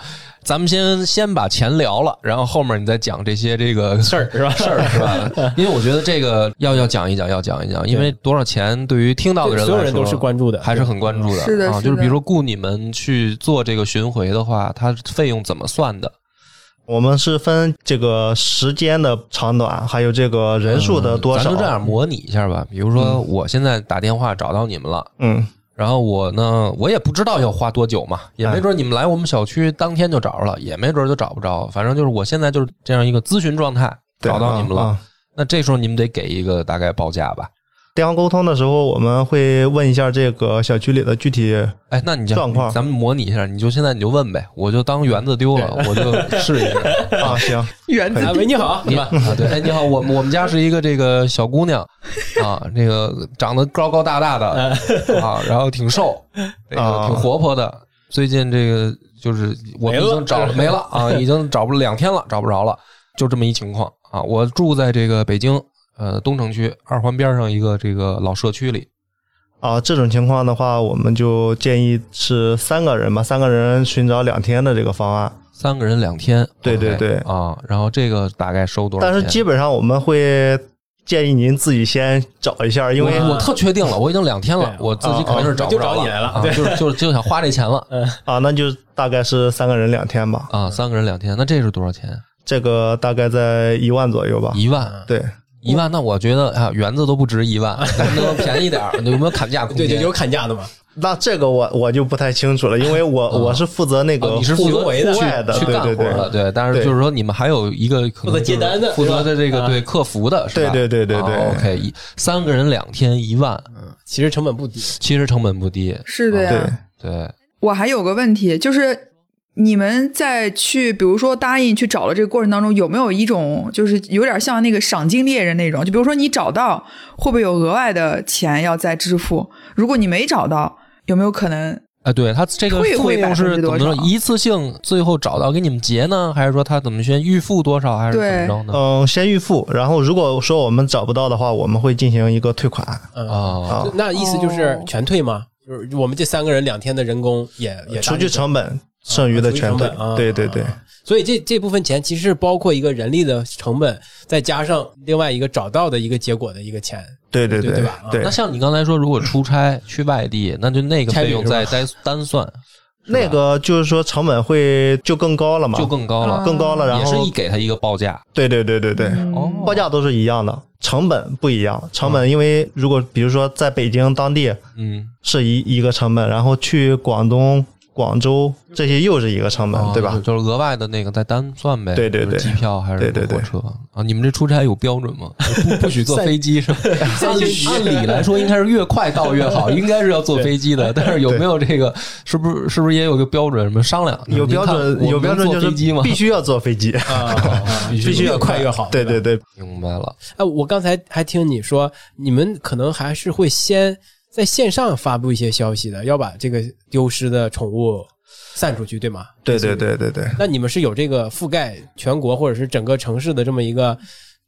Speaker 2: 咱们先先把钱聊了，然后后面你再讲这些这个 事儿是吧？事儿是吧？因为我觉得这个要要讲一讲，要讲一讲，因为多少钱对于听到
Speaker 1: 对
Speaker 2: 的人来
Speaker 1: 所
Speaker 2: 说，
Speaker 1: 有人都是关注的，
Speaker 2: 还是很关注的，
Speaker 3: 是的
Speaker 2: 啊，
Speaker 3: 是的
Speaker 2: 就是比如说雇你们去做这个巡回的话，它费用怎么算的？
Speaker 4: 我们是分这个时间的长短，还有这个人数的
Speaker 1: 啊
Speaker 4: 多
Speaker 2: 嗯咱
Speaker 4: 少。
Speaker 2: 就这样模拟一下吧。比如说，
Speaker 1: 嗯
Speaker 2: 我现在打电话找到你们了，
Speaker 4: 嗯，
Speaker 2: 然后我呢，我也不知道要花多久嘛，也
Speaker 4: 嗯
Speaker 2: 没准你们来我们小区当天就找着了，也没准就找不着。反正就是我现在就是这样一个咨询状态，
Speaker 4: 对
Speaker 2: 找到你们了。
Speaker 4: 啊啊
Speaker 2: 那这时候你们得给一个大概报价吧？
Speaker 4: 电话沟通的时候，我们会问一下这个小区里的具 体
Speaker 2: 哎，那你就
Speaker 4: 状况
Speaker 2: 咱们模拟一下，你就现在你就问呗，我就当园子丢了，我就试一试。
Speaker 4: 啊，行，
Speaker 3: 原子
Speaker 1: 啊，喂，你好，
Speaker 2: 你
Speaker 1: 是
Speaker 2: 啊
Speaker 1: 吧？，
Speaker 2: 对，哎，你好，我们我们家是一个这个小姑娘啊，这个长得高高大大的啊，然后挺瘦，这个
Speaker 4: 啊
Speaker 2: 挺活泼的。最近这个就是我们已经找了没了啊，已经找不了两天了，找不着了，就这么一情况啊。我住在这个北京呃东城区二环边上一个这个老社区里，
Speaker 4: 啊，这种情况的话，我们就建议是三个人吧，三个人寻找两天的这个方案。
Speaker 2: 三个人两天，
Speaker 4: 对对
Speaker 2: OK，
Speaker 4: 对
Speaker 2: 啊，然后这个大概收多少
Speaker 4: 但
Speaker 2: 钱？
Speaker 4: 是基本上我们会建议您自己先找一下，因为
Speaker 2: 我我特确定了，我已经两天了
Speaker 1: 对，
Speaker 2: 我自己肯定是找
Speaker 1: 就
Speaker 2: 不着
Speaker 1: 找你来了
Speaker 2: 啊
Speaker 1: 对
Speaker 2: 就是就是就想花这钱了。
Speaker 4: 啊，那就大概是三个人两天吧，
Speaker 2: 啊，三个人两天，那这是多少钱？
Speaker 4: 这个大概在一万左右吧。
Speaker 2: 一万，
Speaker 4: 对，
Speaker 2: 一哎万。那我觉得啊，园子都不值一万，能不能便宜点儿？有没有砍价空
Speaker 1: 对
Speaker 2: 间？
Speaker 1: 对，有砍价的嘛？
Speaker 4: 那这个我我就不太清楚了，因为我、
Speaker 2: 啊
Speaker 4: 我是负责那
Speaker 2: 哦
Speaker 4: 个
Speaker 2: 你是
Speaker 4: 户
Speaker 2: 负责
Speaker 4: 户
Speaker 1: 围的
Speaker 4: 外的，
Speaker 2: 去
Speaker 4: 对
Speaker 2: 干活
Speaker 4: 对对
Speaker 2: 的，对。但是就是说，你们还有一个可能
Speaker 1: 负责接单的
Speaker 2: 就是负责的这
Speaker 1: 是吧
Speaker 2: 个对客服的，是吧？
Speaker 4: 对对对对对
Speaker 2: 哦 OK，一三个人两天一万，
Speaker 1: 其实成本不低。
Speaker 2: 其实成本不低。
Speaker 3: 是的呀。
Speaker 4: 对
Speaker 2: 对，嗯
Speaker 3: 我还有个问题，就是你们在去，比如说答应去找的这个过程当中，有没有一种就是有点像那个赏金猎人那种？就比如说你找到，会不会有额外的钱要再支付？如果你没找到，有没有可能？
Speaker 2: 啊，对他这个
Speaker 3: 退回
Speaker 2: 费用是
Speaker 3: 百分之
Speaker 2: 怎么着
Speaker 3: 多少？
Speaker 2: 一次性最后找到给你们结呢，还是说他怎么先预付多少，还是怎么
Speaker 3: 对
Speaker 2: 着呢？
Speaker 4: 嗯，先预付，然后如果说我们找不到的话，我们会进行一个退款。
Speaker 1: 嗯，
Speaker 2: 啊，
Speaker 4: 啊，
Speaker 1: 那意思就是
Speaker 3: 哦
Speaker 1: 全退吗？就是我们这三个人两天的人工也也
Speaker 4: 除去
Speaker 1: 去
Speaker 4: 成
Speaker 2: 啊
Speaker 4: 本，剩余的全退
Speaker 1: 啊除以成本啊。
Speaker 4: 对对对，
Speaker 1: 所以这这部分钱其实是包括一个人力的成本，再加上另外一个找到的一个结果的一个钱。
Speaker 4: 对对
Speaker 1: 对对
Speaker 4: 对
Speaker 1: 吧啊
Speaker 4: 对
Speaker 2: 那。像你刚才说，如果出差去外地，那就那个
Speaker 1: 差
Speaker 2: 费
Speaker 1: 旅
Speaker 2: 用
Speaker 1: 是吧
Speaker 2: 再再单算
Speaker 4: 那个就是说成本会就更高了嘛，
Speaker 2: 就更高了，
Speaker 4: 更高了，然
Speaker 2: 也是
Speaker 4: 后嗯
Speaker 2: 一给他一个报价。
Speaker 4: 对对对对对，
Speaker 2: 哦
Speaker 4: 报价都是一样的，成本不一样。成本因为如果比如说在北京当地
Speaker 2: 嗯，
Speaker 4: 是一一个成本，然后去广东、广州这些又是一个成本，
Speaker 2: 啊
Speaker 4: 嗯对吧
Speaker 2: 就？就是额外的那个再单算呗。
Speaker 4: 对对对
Speaker 2: 就是机票还是
Speaker 4: 对对对
Speaker 2: 火车啊？你们这出差有标准 吗？不不许坐飞机是吧？按理按理来说，应该是越快到越 好，应该是要坐飞机的。但是有没有这个？是不是是不是也有个标准？什么商量？
Speaker 4: 有标
Speaker 2: 您
Speaker 4: 准，
Speaker 2: 看
Speaker 4: 有标准
Speaker 2: 我们能坐
Speaker 4: 就
Speaker 2: 飞机
Speaker 4: 是
Speaker 2: 吗？
Speaker 4: 必须要坐飞机，
Speaker 1: 啊，
Speaker 2: 必
Speaker 1: 必
Speaker 2: 须
Speaker 1: 须
Speaker 2: 越
Speaker 1: 越快越好。
Speaker 4: 对
Speaker 1: 吧
Speaker 4: 对对，
Speaker 2: 明白了。
Speaker 1: 哎，我刚才还听你说，你们可能还是会先在线上发布一些消息的，要把这个丢失的宠物散出去，对吗？
Speaker 4: 对对对对对。
Speaker 1: 那你们是有这个覆盖全国或者是整个城市的这么一个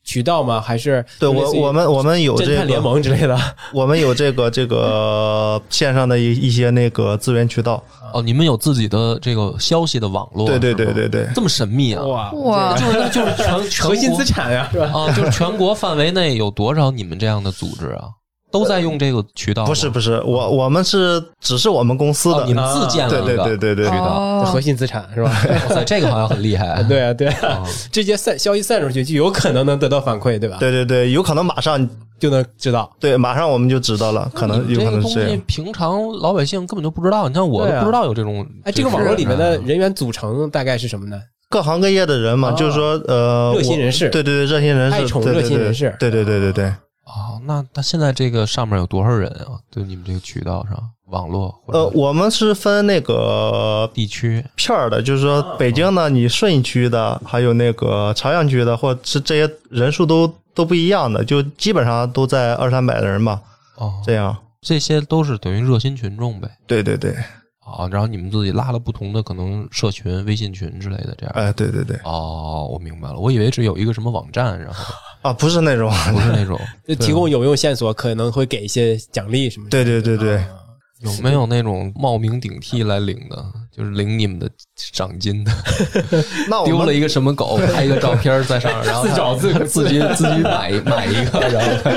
Speaker 1: 渠道吗？还是
Speaker 4: 对
Speaker 1: 就类
Speaker 4: 我
Speaker 1: 似于
Speaker 4: 我们我们有
Speaker 1: 侦
Speaker 4: 这
Speaker 1: 探联
Speaker 4: 个，
Speaker 1: 盟之类的？
Speaker 4: 我们有这个这个线上的一一些那个资源渠道，
Speaker 2: 哦，你们有自己的这个消息的网络？
Speaker 4: 对对
Speaker 2: 是
Speaker 4: 对
Speaker 2: 吗
Speaker 4: 对对，
Speaker 2: 这么神秘啊！
Speaker 1: 哇
Speaker 3: 哇
Speaker 1: 这个就是
Speaker 2: 全 全
Speaker 1: 核心
Speaker 2: 国
Speaker 1: 资产呀、是吧？
Speaker 2: 啊，就是全国范围内有多少你们这样的组织啊？都在用这个渠道吗？
Speaker 4: 不是不是，我我们是只是我们公司
Speaker 2: 哦，
Speaker 4: 的
Speaker 2: 你，们自建了
Speaker 4: 对
Speaker 2: 一个
Speaker 4: 对对对对
Speaker 2: 渠
Speaker 4: 对
Speaker 2: 道。
Speaker 3: 哦
Speaker 1: 核心资产是吧？
Speaker 2: 哇塞，这个好像很厉害。
Speaker 1: 对啊，对
Speaker 2: 啊
Speaker 4: 哦
Speaker 1: 啊，直接散消息散出去，就有可能能得到反馈，对吧？，
Speaker 4: 对对对，有可能马上
Speaker 1: 就能知道。
Speaker 4: 对马上我们就知道了，可能
Speaker 2: 你嗯
Speaker 4: 有
Speaker 2: 这
Speaker 4: 可
Speaker 2: 个
Speaker 4: 能
Speaker 2: 东
Speaker 4: 是这
Speaker 2: 西
Speaker 4: 样，
Speaker 2: 平常老百姓根本就不知道，你看我都
Speaker 1: 对啊
Speaker 2: 不知道有这种。
Speaker 1: 哎，这个网络里面
Speaker 4: 嗯
Speaker 1: 的人员组成大概是什么呢？
Speaker 4: 各行各业的人嘛，
Speaker 1: 啊
Speaker 4: 就是说呃，
Speaker 1: 热心
Speaker 4: 我
Speaker 1: 人士
Speaker 4: 对对对，热心人士，
Speaker 1: 爱宠
Speaker 4: 对对
Speaker 1: 热心
Speaker 4: 对
Speaker 1: 人士
Speaker 4: 对对对对对，
Speaker 2: 啊，那那现在这个上面有多少人啊？就你们这个渠道上，网络或
Speaker 4: 呃，
Speaker 2: 者
Speaker 4: 我们是分那个
Speaker 2: 地区
Speaker 4: 片儿的，就是说北京呢，你顺义区的，还有那个朝阳区的，或者是这些人数都都不一样的，就基本上都在二三百人吧，
Speaker 2: 哦，
Speaker 4: 这样。
Speaker 2: 这些都是等于热心群众呗。
Speaker 4: 对对对，
Speaker 2: 啊，然后你们自己拉了不同的可能社群、微信群之类的这样。
Speaker 4: 哎，对对对，
Speaker 2: 哦，我明白了，我以为只有一个什么网站，然后
Speaker 4: 啊，不是那种，
Speaker 2: 不是那种。
Speaker 1: 就提供有用线索，可能会给一些奖励什么的。
Speaker 4: 对对对对，
Speaker 2: 有没有那种冒名顶替来领的，就是领你们的赏金的？
Speaker 4: 那我
Speaker 2: 丢了
Speaker 4: 们
Speaker 2: 一个什么狗，拍一个照片在上，然后
Speaker 1: 哦自找自个
Speaker 2: 自己自己买买一 个，然后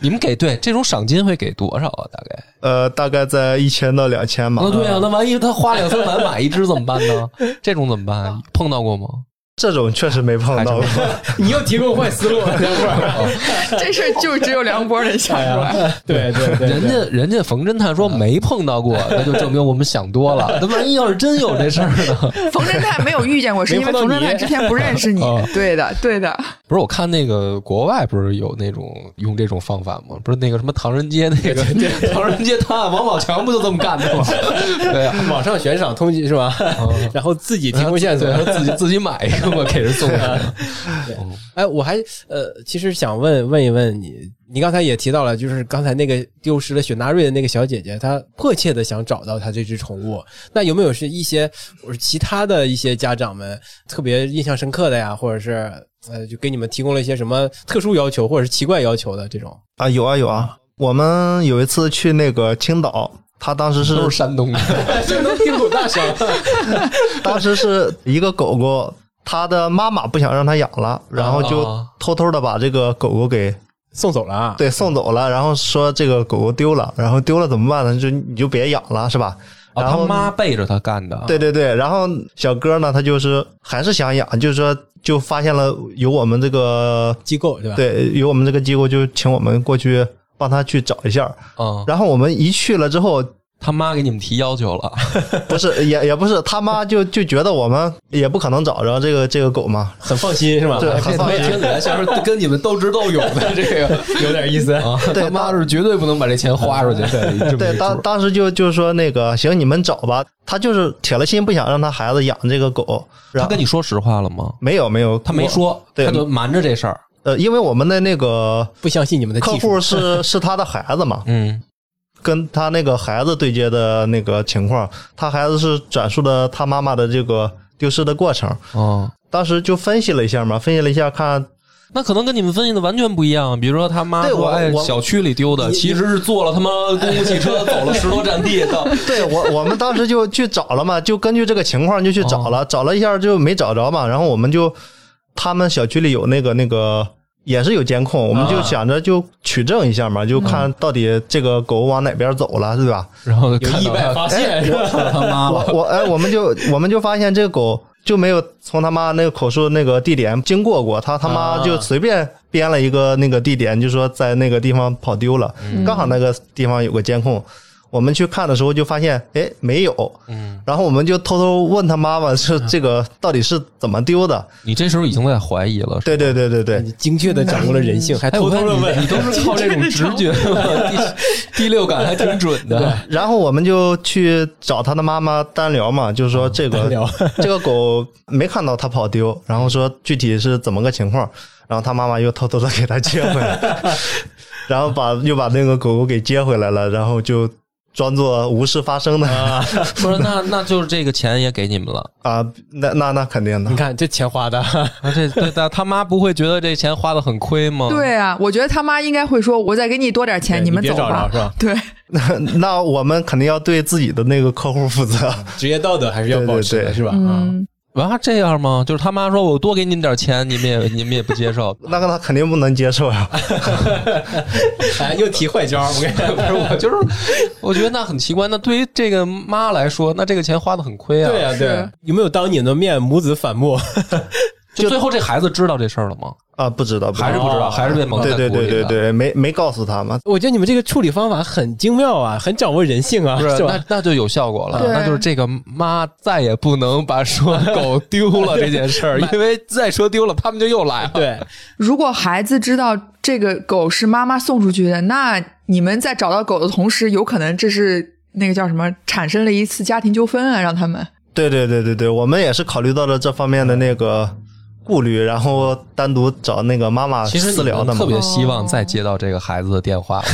Speaker 2: 你们给对这种赏金会给多少啊？大概？
Speaker 4: 呃，大概在一千到两千吧。
Speaker 2: 那对啊，那万一他花两三百买一只怎么办 呢？这种怎么办？碰到过吗？
Speaker 4: 这种确实没碰到过。
Speaker 1: 你又提供坏思路，梁 博。
Speaker 3: 这事儿就只有梁波能想
Speaker 1: 哎
Speaker 3: 出来。
Speaker 1: 对对对，
Speaker 2: 人家人家冯侦探说没碰 到过，那就证明我们想多了。那万一要是真有这事儿呢？
Speaker 3: 冯侦探没有遇见过，是因为
Speaker 1: 没
Speaker 3: 冯
Speaker 1: 碰到
Speaker 3: 侦探
Speaker 1: 你
Speaker 3: 之前不 认识你
Speaker 2: 哦。
Speaker 3: 对的，对的。
Speaker 2: 不是，我看那个国外不是有那种用这种方法吗？不是那个什么唐人街那个 唐人街探案王宝强不就这么干 的吗？对呀、
Speaker 4: 啊
Speaker 1: 网上悬赏通缉是吧？
Speaker 4: 哦
Speaker 1: 然后自己提供线索，
Speaker 2: 对，自己自己买一个嘛，给人送的。
Speaker 1: 哎，我还呃，其实想问问一问你，你刚才也提到了，就是刚才那个丢失了雪纳瑞的那个小姐姐，她迫切的想找到她这只宠物。那有没有是一些我是其他的一些家长们特别印象深刻的呀，或者是呃，就给你们提供了一些什么特殊要求或者是奇怪要求的这种？
Speaker 4: 啊，有啊有啊，我们有一次去那个青岛，他当时
Speaker 2: 都
Speaker 4: 是
Speaker 2: 是山东的，
Speaker 1: 山东听口大赏
Speaker 4: 当时是一个狗狗，它的妈妈不想让它养了，然后就
Speaker 2: 啊
Speaker 4: 偷偷的把这个狗狗给
Speaker 1: 送走了啊？
Speaker 4: 对送走了，然后说这个狗狗丢了，然后丢了怎么办呢？就你就别养了，是吧？
Speaker 2: 啊
Speaker 4: 然
Speaker 2: 他
Speaker 4: 后
Speaker 2: 妈背着他干的。
Speaker 4: 对对对，然后小哥呢，他就是还是想养，就是说就发现了有我们这个
Speaker 1: 机构对吧？
Speaker 4: 对有我们这个机构，就请我们过去帮他去找一下。
Speaker 2: 嗯，
Speaker 4: 然后我们一去了之后，
Speaker 2: 他妈给你们提要求了，
Speaker 4: 不是 也也不是他妈就就觉得我们也不可能找着这个这个狗嘛，
Speaker 1: 很放心是吧？
Speaker 4: 对
Speaker 1: 哎
Speaker 4: 很
Speaker 1: 这
Speaker 4: 放
Speaker 1: 他
Speaker 4: 心
Speaker 1: 妈 听起来像是跟你们斗智斗勇的 这个有点意思啊。
Speaker 4: 对
Speaker 2: 他妈
Speaker 4: 当
Speaker 2: 是绝对不能把这钱花出去。对
Speaker 4: 对，当当时就就说那个行，你们找吧。他就是铁了心不想让他孩子养这个狗。
Speaker 2: 他
Speaker 4: 然后
Speaker 2: 跟你说实话了吗？
Speaker 4: 没有没有，
Speaker 2: 他没
Speaker 4: 我。
Speaker 2: 说，
Speaker 4: 对
Speaker 2: 他就瞒着这事儿。
Speaker 4: 呃，因为我们的那个
Speaker 1: 不相信你们的
Speaker 4: 客
Speaker 1: 技术
Speaker 4: 户是 是他的孩子嘛，
Speaker 2: 嗯，
Speaker 4: 跟他那个孩子对接的那个情况，他孩子是转述的他妈妈的这个丢失的过程。
Speaker 2: 哦，
Speaker 4: 当时就分析了一下嘛，分析了一下看，
Speaker 2: 那可能跟你们分析的完全不一样。比如说他妈
Speaker 4: 对
Speaker 2: 说，
Speaker 4: 我
Speaker 2: 哎，
Speaker 4: 我
Speaker 2: 小区里丢
Speaker 1: 呃
Speaker 2: 的，其实是坐了他妈公共 汽车走了十多站地到。
Speaker 4: 对我我们当时就去找了嘛，就根据这个情况就去找了，找了一下就没找着嘛，然后我们就他们小区里有那个那个也是有监控，我们就想着就取证一下嘛，就看到底这个狗往哪边走了，对吧？
Speaker 2: 然后
Speaker 1: 有
Speaker 2: 看
Speaker 1: 意
Speaker 2: 到
Speaker 1: 外
Speaker 2: 他
Speaker 1: 发现 是吧？
Speaker 5: 他妈
Speaker 4: 我
Speaker 5: 了，
Speaker 4: 我哎，我们就我们就发现这个狗就没有从他妈那个口述那个地点经过过，他他妈
Speaker 1: 啊
Speaker 4: 就随便编了一个那个地点，就说在那个地方跑丢了，刚好那个地方有个监控。我们去看的时候就发现，哎，没有。
Speaker 2: 嗯，
Speaker 4: 然后我们就偷偷问他妈妈，是这个到底是怎么丢的？
Speaker 2: 你这时候已经在怀疑了。是吧
Speaker 4: 对对对对对，
Speaker 1: 你精确的掌握了人性，还
Speaker 2: 哎，我
Speaker 1: 偷
Speaker 2: 看
Speaker 1: 偷的
Speaker 2: 你，
Speaker 1: 问
Speaker 2: 你都是靠这种直觉吗，第第六感还挺准的。
Speaker 4: 然后我们就去找他的妈妈单聊嘛，就是说这个、
Speaker 1: 聊
Speaker 4: 这个狗没看到它跑丢，然后说具体是怎么个情况，然后他妈妈又偷偷的给他接回来， 然后把又把那个狗狗给接回来了，然后就装作无事发生的 啊
Speaker 2: 不是，那那就是这个钱也给你们 了。
Speaker 4: 那那那肯定的
Speaker 1: 你，看这钱花的，
Speaker 2: 那这对他他妈不会觉得这钱花的很亏吗？
Speaker 3: 对啊，我觉得他妈应该会说：“我再给你多点
Speaker 1: 哦
Speaker 3: 钱，
Speaker 1: 对
Speaker 3: 们
Speaker 1: 你
Speaker 3: 走
Speaker 1: 别找
Speaker 3: 吧
Speaker 1: 着。是吧？
Speaker 3: 对，
Speaker 4: 那我们肯定要对自己的那个客户负责。
Speaker 2: 嗯
Speaker 1: 职业道德还是要
Speaker 4: 对对
Speaker 1: 保持的
Speaker 4: 对
Speaker 1: 是吧？啊，
Speaker 3: 嗯，
Speaker 2: 啊，这样吗？就是他妈说我多给你们点钱，你们也 你们也不接受。
Speaker 4: 那个他肯定不能接受呀、
Speaker 1: 哎，又提坏招，我跟你
Speaker 2: 不是，我就是 我觉得那很奇怪。那对于这个妈来说，那这个钱花的很亏啊。
Speaker 1: 对呀、对、
Speaker 3: 是
Speaker 1: 有没有当你的面母子反目？
Speaker 2: 就最后这孩子知道这事儿了吗？
Speaker 4: 啊，不知道，
Speaker 2: 还是不知道，
Speaker 1: 哦
Speaker 2: 还是被蒙在
Speaker 4: 对对
Speaker 2: 鼓
Speaker 4: 对
Speaker 2: 里
Speaker 4: 对
Speaker 2: 的。
Speaker 4: 对，没没告诉他嘛，
Speaker 1: 我觉得你们这个处理方法很精妙啊，很掌握人性啊，
Speaker 2: 不是，
Speaker 1: 吧
Speaker 2: 那？那就有效果了。
Speaker 3: 对
Speaker 2: 那就是这个妈再也不能把说狗丢了这件事儿，因为再说丢了，他们就又来了。
Speaker 1: 对，
Speaker 3: 如果孩子知道这个狗是妈妈送出去的，那你们在找到狗的同时，有可能这是那个叫什么，产生了一次家庭纠纷啊，让他们
Speaker 4: 对对对对对，我们也是考虑到了这方面的那个顾虑，然后单独找那个妈妈
Speaker 2: 其实
Speaker 4: 私
Speaker 2: 你
Speaker 4: 聊的
Speaker 2: 们
Speaker 4: 嘛
Speaker 2: 特。别希望再接到这个孩子的电 话，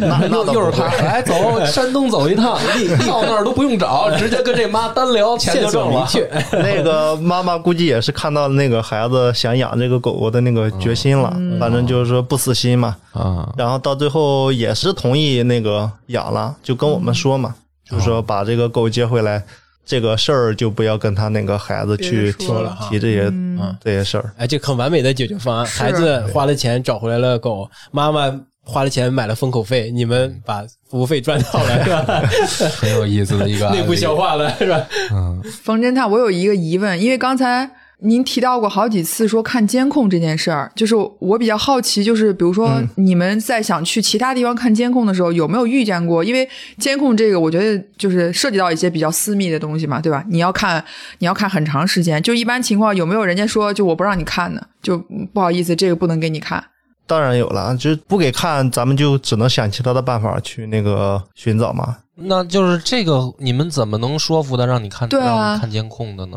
Speaker 4: 那那
Speaker 2: 又
Speaker 4: 倒
Speaker 2: 又是
Speaker 4: 不
Speaker 2: 他，
Speaker 4: 会
Speaker 2: 来走山东走一趟，立到那儿都不用 找，直接跟这妈单聊，钱
Speaker 1: 线
Speaker 2: 就
Speaker 1: 索
Speaker 2: 挣
Speaker 1: 明
Speaker 2: 了。
Speaker 1: 确，
Speaker 4: 那个妈妈估计也是看到那个孩子想养这个狗狗的那个决心了，反正就是说不死心嘛。
Speaker 2: 啊，
Speaker 4: 然后到最后也是同意那个养了，就跟我们说嘛，就是说把这个狗接回来，这个事儿就不要跟他那个孩子
Speaker 3: 别
Speaker 4: 去
Speaker 3: 人
Speaker 4: 提
Speaker 3: 说
Speaker 1: 了哈
Speaker 4: 提这些
Speaker 1: 嗯
Speaker 4: 这些事儿。
Speaker 1: 哎，这很完美的解决方案。
Speaker 3: 是
Speaker 1: 孩子花了钱找回来了狗，妈妈花了钱买了封口费，你们把服务费赚到了是吧？
Speaker 2: 很有意思的一个案例
Speaker 1: 内部消化了是吧？
Speaker 2: 嗯，
Speaker 3: 冯侦探，我有一个疑问，因为刚才您提到过好几次说看监控这件事儿，就是我比较好奇，就是比如说你们在想去其他地方看监控的时候，有没有遇见过？因为监控这个，我觉得就是涉及到一些比较私密的东西嘛，对吧？你要看，你要看很长时间，就一般情况有没有人家说就我不让你看呢？就嗯不好意思，这个不能给你看。
Speaker 4: 当然有了，就是不给看，咱们就只能想其他的办法去那个寻找嘛。
Speaker 2: 那就是这个，你们怎么能说服他让你看
Speaker 3: 对啊
Speaker 2: 让你看监控的呢？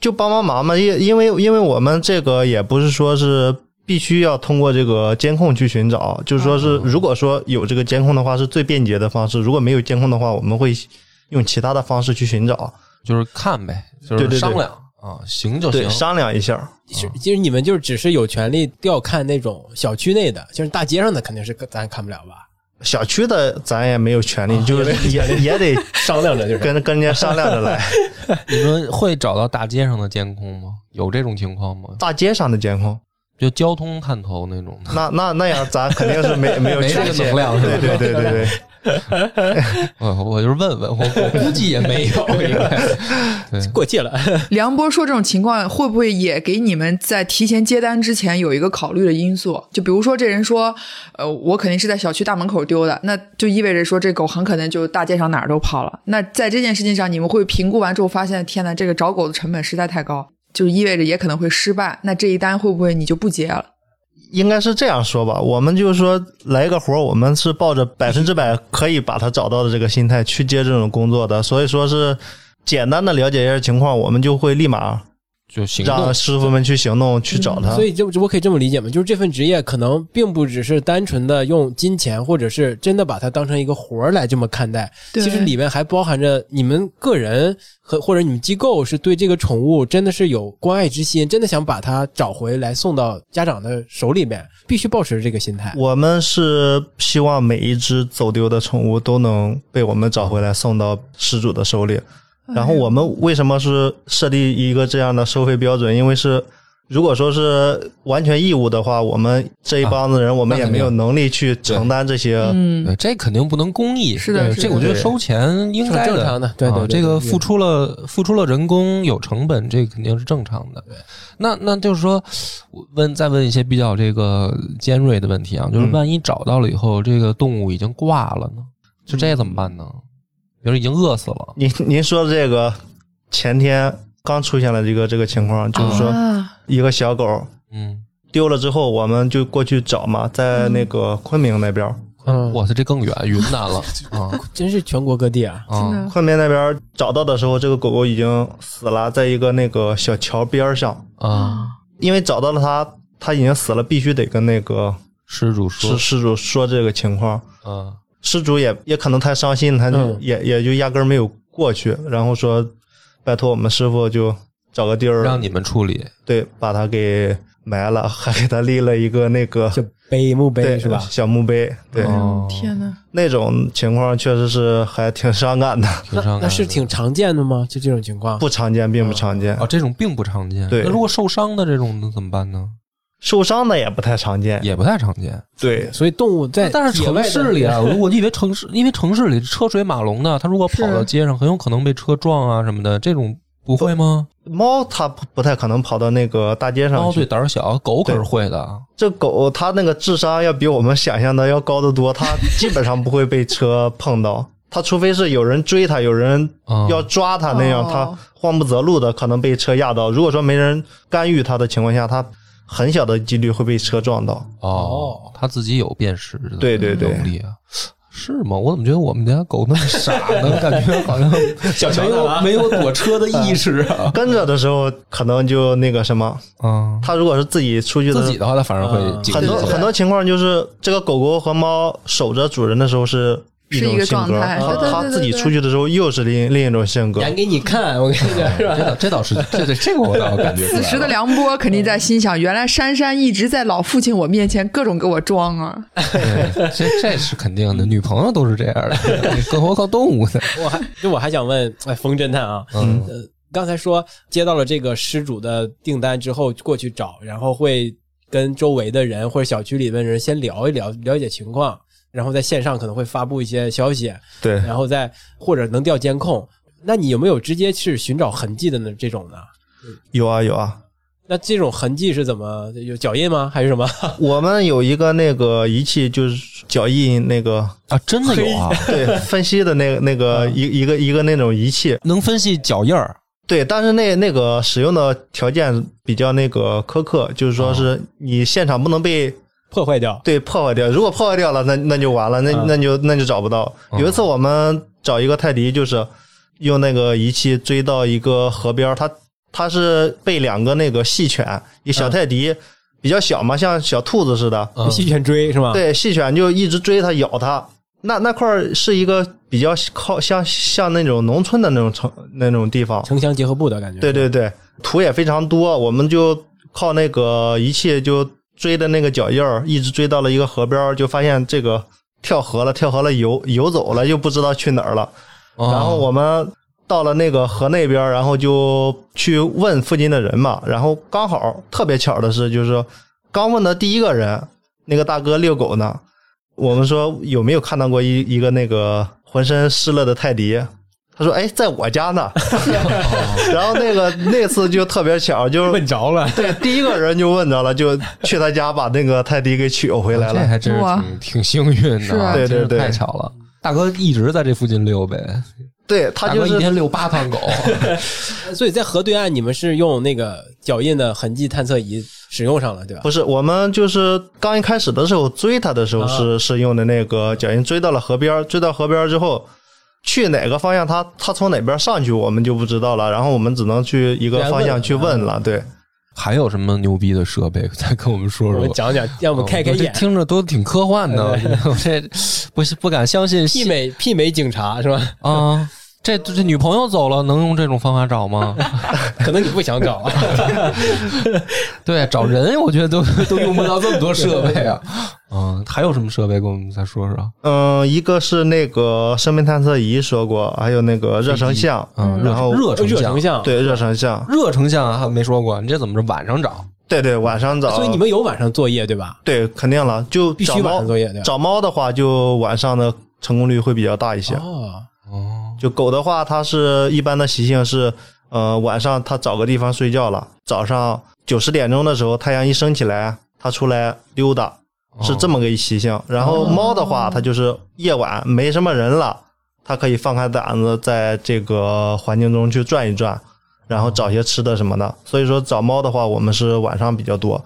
Speaker 4: 就帮帮忙嘛，因因为因为我们这个也不是说是必须要通过这个监控去寻找，就是说是如果说有这个监控的话，是最便捷的方式；如果没有监控的话，我们会用其他的方式去寻找，
Speaker 2: 就是看呗，就
Speaker 4: 对对
Speaker 2: 是
Speaker 4: 对
Speaker 2: 商量啊，行就
Speaker 4: 对，
Speaker 2: 行。
Speaker 4: 商量一下。
Speaker 1: 其实其实你们就只是有权利调看那种小区内的，就是大街上的肯定是咱看不了吧？
Speaker 4: 小区的咱也没有权利，就是 也也得
Speaker 1: 商量着就是。
Speaker 4: 跟跟人家商量着来。
Speaker 2: 你们会找到大街上的监控吗？有这种情况吗？
Speaker 4: 大街上的监控，
Speaker 2: 就交通探头那种的。
Speaker 4: 那那那样咱肯定是没没有
Speaker 2: 没这个
Speaker 4: 权限
Speaker 2: 能量是吧
Speaker 4: 对对对对对，
Speaker 2: 我我就是问问，我我估计也没有，应该对
Speaker 1: 过界了。
Speaker 3: 梁波说这种情况会不会也给你们在提前接单之前有一个考虑的因素？就比如说这人说，呃，我肯定是在小区大门口丢的，那就意味着说这狗很可能就大街上哪儿都跑了。那在这件事情上，你们会评估完之后发现，天呐，这个找狗的成本实在太高，就意味着也可能会失败。那这一单会不会你就不接了？
Speaker 4: 应该是这样说吧，我们就是说来个活儿，我们是抱着百分之百可以把它找到的这个心态去接这种工作的，所以说是简单的了解一下情况，我们就会立马
Speaker 2: 就行动
Speaker 4: 让师傅们去行动去找
Speaker 1: 嗯
Speaker 4: 他。
Speaker 1: 所以就我可以这么理解吗？就是这份职业可能并不只是单纯的用金钱，或者是真的把它当成一个活儿来这么看待。
Speaker 3: 对
Speaker 1: 其实里面还包含着你们个人和或者你们机构是对这个宠物真的是有关爱之心，真的想把它找回来送到家长的手里面，必须保持这个心态。
Speaker 4: 我们是希望每一只走丢的宠物都能被我们找回来，送到失主的手里。
Speaker 1: 嗯
Speaker 4: 然后我们为什么是设立一个这样的收费标准？因为是如果说是完全义务的话，我们这
Speaker 2: 啊
Speaker 4: 一帮子人，我们也没有能力去承担这些。
Speaker 3: 嗯，
Speaker 2: 对，这肯定不能公益。
Speaker 3: 是的
Speaker 2: 对
Speaker 3: 是的
Speaker 2: 这个我觉得收钱应该
Speaker 1: 是正常的对对
Speaker 2: 啊
Speaker 1: 对
Speaker 2: 这个
Speaker 1: 对
Speaker 2: 付出了付出了人工有成本，这个肯定是正常的。那那就是说，我问再问一些比较这个尖锐的问题啊，就是
Speaker 4: 嗯
Speaker 2: 万一找到了以后，这个动物已经挂了呢，就
Speaker 1: 嗯
Speaker 2: 这怎么办呢？比如已经饿死了，
Speaker 4: 您您说的这个前天刚出现了一个这个情况，就是说
Speaker 3: 啊，
Speaker 4: 一个小狗
Speaker 2: 嗯，
Speaker 4: 丢了之后，我们就过去找嘛，在那个昆明那边儿，
Speaker 1: 嗯，
Speaker 2: 哇塞，这更远，云 南了啊
Speaker 1: 真是全国各地啊，
Speaker 3: 真
Speaker 2: 啊！
Speaker 3: 的，
Speaker 4: 昆明那边儿找到的时候，这个狗狗已经死了，在一个那个小桥边儿上。
Speaker 2: 啊，
Speaker 4: 因为找到了它，它已经死了，必须得跟那个
Speaker 2: 施主
Speaker 4: 失
Speaker 2: 说，
Speaker 4: 失主说这个情况。
Speaker 2: 啊，
Speaker 4: 失主也也可能太伤心，他就、
Speaker 1: 嗯
Speaker 4: 也也就压根儿没有过去，然后说拜托我们师傅就找个地儿
Speaker 2: 让你们处理，
Speaker 4: 对把它给埋了， 还给它立了一个那个
Speaker 1: 就碑墓碑
Speaker 4: 对
Speaker 1: 是吧？
Speaker 4: 小墓碑，
Speaker 3: 嗯
Speaker 4: 对、
Speaker 2: 哦
Speaker 3: 天哪，
Speaker 4: 那种情况确实是还挺伤感的，
Speaker 2: 挺伤感的
Speaker 1: 那是挺常见的吗？就这种情况，
Speaker 4: 不常见，并不常见。
Speaker 2: 啊，这种并不常见。
Speaker 4: 对
Speaker 2: 那如果受伤的这种能怎么办呢？
Speaker 4: 受伤的也不太常见，
Speaker 2: 也不太常见。
Speaker 4: 对，
Speaker 1: 所以动物在
Speaker 2: 但是
Speaker 1: 野外
Speaker 2: 城
Speaker 1: 的
Speaker 2: 市里啊，我我以为城市，因为城市里车水马龙的，它如果跑到
Speaker 3: 是
Speaker 2: 街上，很有可能被车撞啊什么的。这种不会吗？
Speaker 4: 猫它不不太可能跑到那个大街上
Speaker 2: 猫
Speaker 4: 去
Speaker 2: 哦对，胆儿小，狗可是
Speaker 4: 对
Speaker 2: 会的。
Speaker 4: 这狗它那个智商要比我们想象的要高得多，它基本上不会被车碰到。它除非是有人追它，有人
Speaker 2: 啊
Speaker 4: 要抓它那样，
Speaker 3: 哦
Speaker 4: 它慌不择路的可能被车压到。如果说没人干预它的情况下，它很小的几率会被车撞到。
Speaker 2: 哦
Speaker 1: 哦，
Speaker 2: 它自己有辨识的
Speaker 4: 对对对
Speaker 2: 能力啊。是吗？我怎么觉得我们家狗那么傻呢？我感觉好像
Speaker 1: 小
Speaker 2: 没
Speaker 1: 强的
Speaker 2: 有
Speaker 1: 啊
Speaker 2: 没有躲车的意识 啊。
Speaker 4: 跟着的时候可能就那个什么，
Speaker 2: 啊，
Speaker 4: 它如果是自己出去
Speaker 2: 自
Speaker 4: 的
Speaker 2: 己，的话，它反而会警
Speaker 4: 很多
Speaker 2: 惕起来
Speaker 4: 很多情况就是这个狗狗和猫守着主人的时候是。一
Speaker 3: 是一
Speaker 4: 种
Speaker 3: 个
Speaker 4: 性格，
Speaker 3: 状态
Speaker 4: 它
Speaker 3: 对对
Speaker 4: 它
Speaker 3: 对
Speaker 4: 自己
Speaker 3: 对对
Speaker 4: 出去的时候又是另另一种性 格。
Speaker 1: 演给你看，我跟你讲是吧？
Speaker 2: 这倒这倒 是，这这这个我倒 感觉
Speaker 4: 啊
Speaker 2: 出
Speaker 3: 此
Speaker 2: 来
Speaker 3: 时
Speaker 2: 了
Speaker 3: 的梁波肯定在心想，原来珊珊一直在老父亲我面前各种给我装啊！
Speaker 2: 对这这是肯定的，女朋友都是这样的，更何况动物呢？
Speaker 1: 我还就我还想问，哎，冯侦探啊，
Speaker 2: 嗯，
Speaker 1: 呃，刚才说接到了这个失主的订单之后过去找，然后会跟周围的人或者小区里面的人先聊一聊，了解情况，然后在线上可能会发布一些消息，
Speaker 4: 对，
Speaker 1: 然后再或者能调监控。那你有没有直接去寻找痕迹的呢？这种呢？
Speaker 4: 有啊有啊，
Speaker 1: 那这种痕迹是怎么有脚印吗？还是什么？
Speaker 4: 我们有一个那个仪器，就是脚印那个
Speaker 2: 啊，真的有啊，
Speaker 4: 对分析的那个那个一一个一个那种仪器，
Speaker 2: 能分析脚印儿
Speaker 4: 对，但是那那个使用的条件比较那个苛刻，就是说是你现场不能被
Speaker 1: 破坏掉？
Speaker 4: 对破坏掉，如果破坏掉了，那那就完了，那
Speaker 1: 嗯
Speaker 4: 那就那就找不到。
Speaker 2: 嗯
Speaker 4: 有一次我们找一个泰迪，就是用那个仪器追到一个河边儿，它它是被两个那个细犬，一小
Speaker 1: 嗯
Speaker 4: 泰迪比较小嘛，像小兔子似的，
Speaker 2: 嗯
Speaker 1: 细犬追是吗？，
Speaker 4: 对，细犬就一直追它咬它。那那块儿是一个比较靠像像那种农村的那种城那种地方，
Speaker 1: 城乡结合部的感觉。
Speaker 4: 对对对，土也非常多，我们就靠那个仪器就追的那个脚印儿，一直追到了一个河边儿，就发现这个跳河了，跳河了游游走了，又不知道去哪儿了。
Speaker 2: 啊，
Speaker 4: 然后我们到了那个河那边儿，然后就去问附近的人嘛。然后刚好特别巧的是，就是说刚问的第一个人，那个大哥遛狗呢，我们说有没有看到过一一个那个浑身湿了的泰迪？他说：“哎，在我 家呢。”然后那个那次就特别巧，就是
Speaker 1: 问着了，
Speaker 4: 对第一个人就问着了，就去他家把那个泰迪给取回来
Speaker 2: 哦这
Speaker 4: 了。
Speaker 2: 还真是
Speaker 3: 哇
Speaker 2: 挺挺幸运
Speaker 3: 是
Speaker 2: 的、
Speaker 3: 啊
Speaker 4: 对对
Speaker 2: 真是
Speaker 4: 对
Speaker 2: 太巧了。大哥一直在这附近溜呗，
Speaker 4: 对他
Speaker 2: 大
Speaker 4: 就
Speaker 2: 哥一
Speaker 4: 是
Speaker 2: 天遛八趟狗，
Speaker 1: 所以在河对岸，你们是用那个脚印的痕迹探测仪使用上了，对吧？
Speaker 4: 不是我们就是刚一开始的时候追他的时
Speaker 1: 啊
Speaker 4: 候是、是用的那个脚印，追到了河边儿，追到河边儿之后。去哪个方向他他从哪边上去，我们就不知道了。然后我们只能去一个
Speaker 1: 来问
Speaker 4: 方向去问了。对，
Speaker 2: 还有什么牛逼的设备？再跟我们说
Speaker 1: 我们
Speaker 2: 说。
Speaker 1: 讲讲， 让我们开开
Speaker 2: 哦这
Speaker 1: 眼。
Speaker 2: 听着都挺科幻的，我这不是不敢相信
Speaker 1: 媲
Speaker 2: 信
Speaker 1: 美媲美警察 是吧？
Speaker 2: 啊！这这女朋友走了，能用这种方法找 吗？
Speaker 1: 可能你不想 找，
Speaker 2: 对，找人我觉得都都用不到这么多设备啊。嗯，还有什么设备跟我们再说说？
Speaker 4: 嗯，一个是那个生命探测仪说过，还有那个热成像，
Speaker 2: 嗯，
Speaker 4: 然后
Speaker 2: 热 成
Speaker 1: 热
Speaker 2: 像
Speaker 1: 成，像。
Speaker 4: 对热成像，
Speaker 2: 热成像还没说过，你这怎么着晚上找？
Speaker 4: 对对，晚上找，
Speaker 1: 所以你们有晚上作业对吧？
Speaker 4: 对肯定了，就
Speaker 1: 必须
Speaker 4: 找
Speaker 1: 晚
Speaker 4: 猫
Speaker 1: 上作业对吧？
Speaker 4: 找猫的话，就晚上的成功率会比较大一些。
Speaker 1: 哦，
Speaker 2: 哦，
Speaker 4: 就狗的话，它是一般的习性是，呃，晚上它找个地方睡觉了，早上九十点钟的时候，太阳一升起来，它出来溜达，是这
Speaker 2: 么
Speaker 4: 么个一习性。然后猫的话，它就是夜晚没什么人了，它可以放开胆子在这个环境中去转一转，然后找些吃的什么的。所以说找猫的话，我们是晚上比较多。
Speaker 2: 哦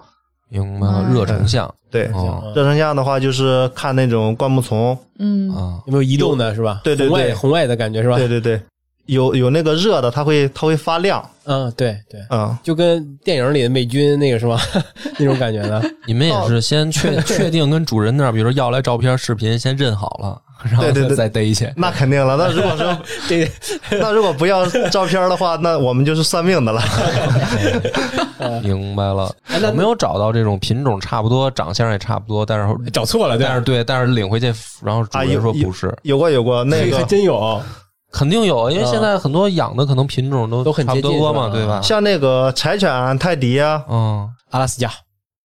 Speaker 2: 明白了，热成像
Speaker 4: 对，
Speaker 2: 哦
Speaker 4: 嗯热成像的话就是看那种灌木丛，
Speaker 3: 嗯，
Speaker 2: 啊，
Speaker 1: 有没有移动的是吧？
Speaker 4: 对对
Speaker 1: 红
Speaker 4: 对
Speaker 1: 外红外的感觉是吧？
Speaker 4: 对对对，有有那个热的，它会它会发亮，
Speaker 1: 嗯，对对，
Speaker 4: 嗯。
Speaker 1: 就跟电影里的美军那个是吧？ 那种感觉的。
Speaker 2: 你们也是先确确定跟主人那儿，比如说要来照片、视频，先认好了，然后
Speaker 4: 对
Speaker 1: 哦
Speaker 4: 对对
Speaker 2: 再逮去。
Speaker 4: 那肯定了，那如果说
Speaker 1: 这个
Speaker 4: 那如果不要照片的话，那我们就是算命的了。
Speaker 2: 明白了，
Speaker 1: 哎那
Speaker 2: 有没有找到这种品种差不多、长相也差不多，但是
Speaker 1: 找错了，对
Speaker 2: 但是对，但是领回去，然后主
Speaker 4: 啊
Speaker 2: 人
Speaker 4: 有
Speaker 2: 说
Speaker 4: 有
Speaker 2: 不是，
Speaker 4: 有过有过 那
Speaker 1: 还
Speaker 4: 个，
Speaker 1: 真有。
Speaker 2: 肯定有，因为现在很多养的可能品种嗯都
Speaker 1: 都很
Speaker 2: 差不
Speaker 1: 接近
Speaker 2: 多嘛，
Speaker 1: 是吧
Speaker 2: 对吧？
Speaker 4: 像那个柴犬、泰迪啊，
Speaker 2: 嗯
Speaker 1: 阿拉斯加，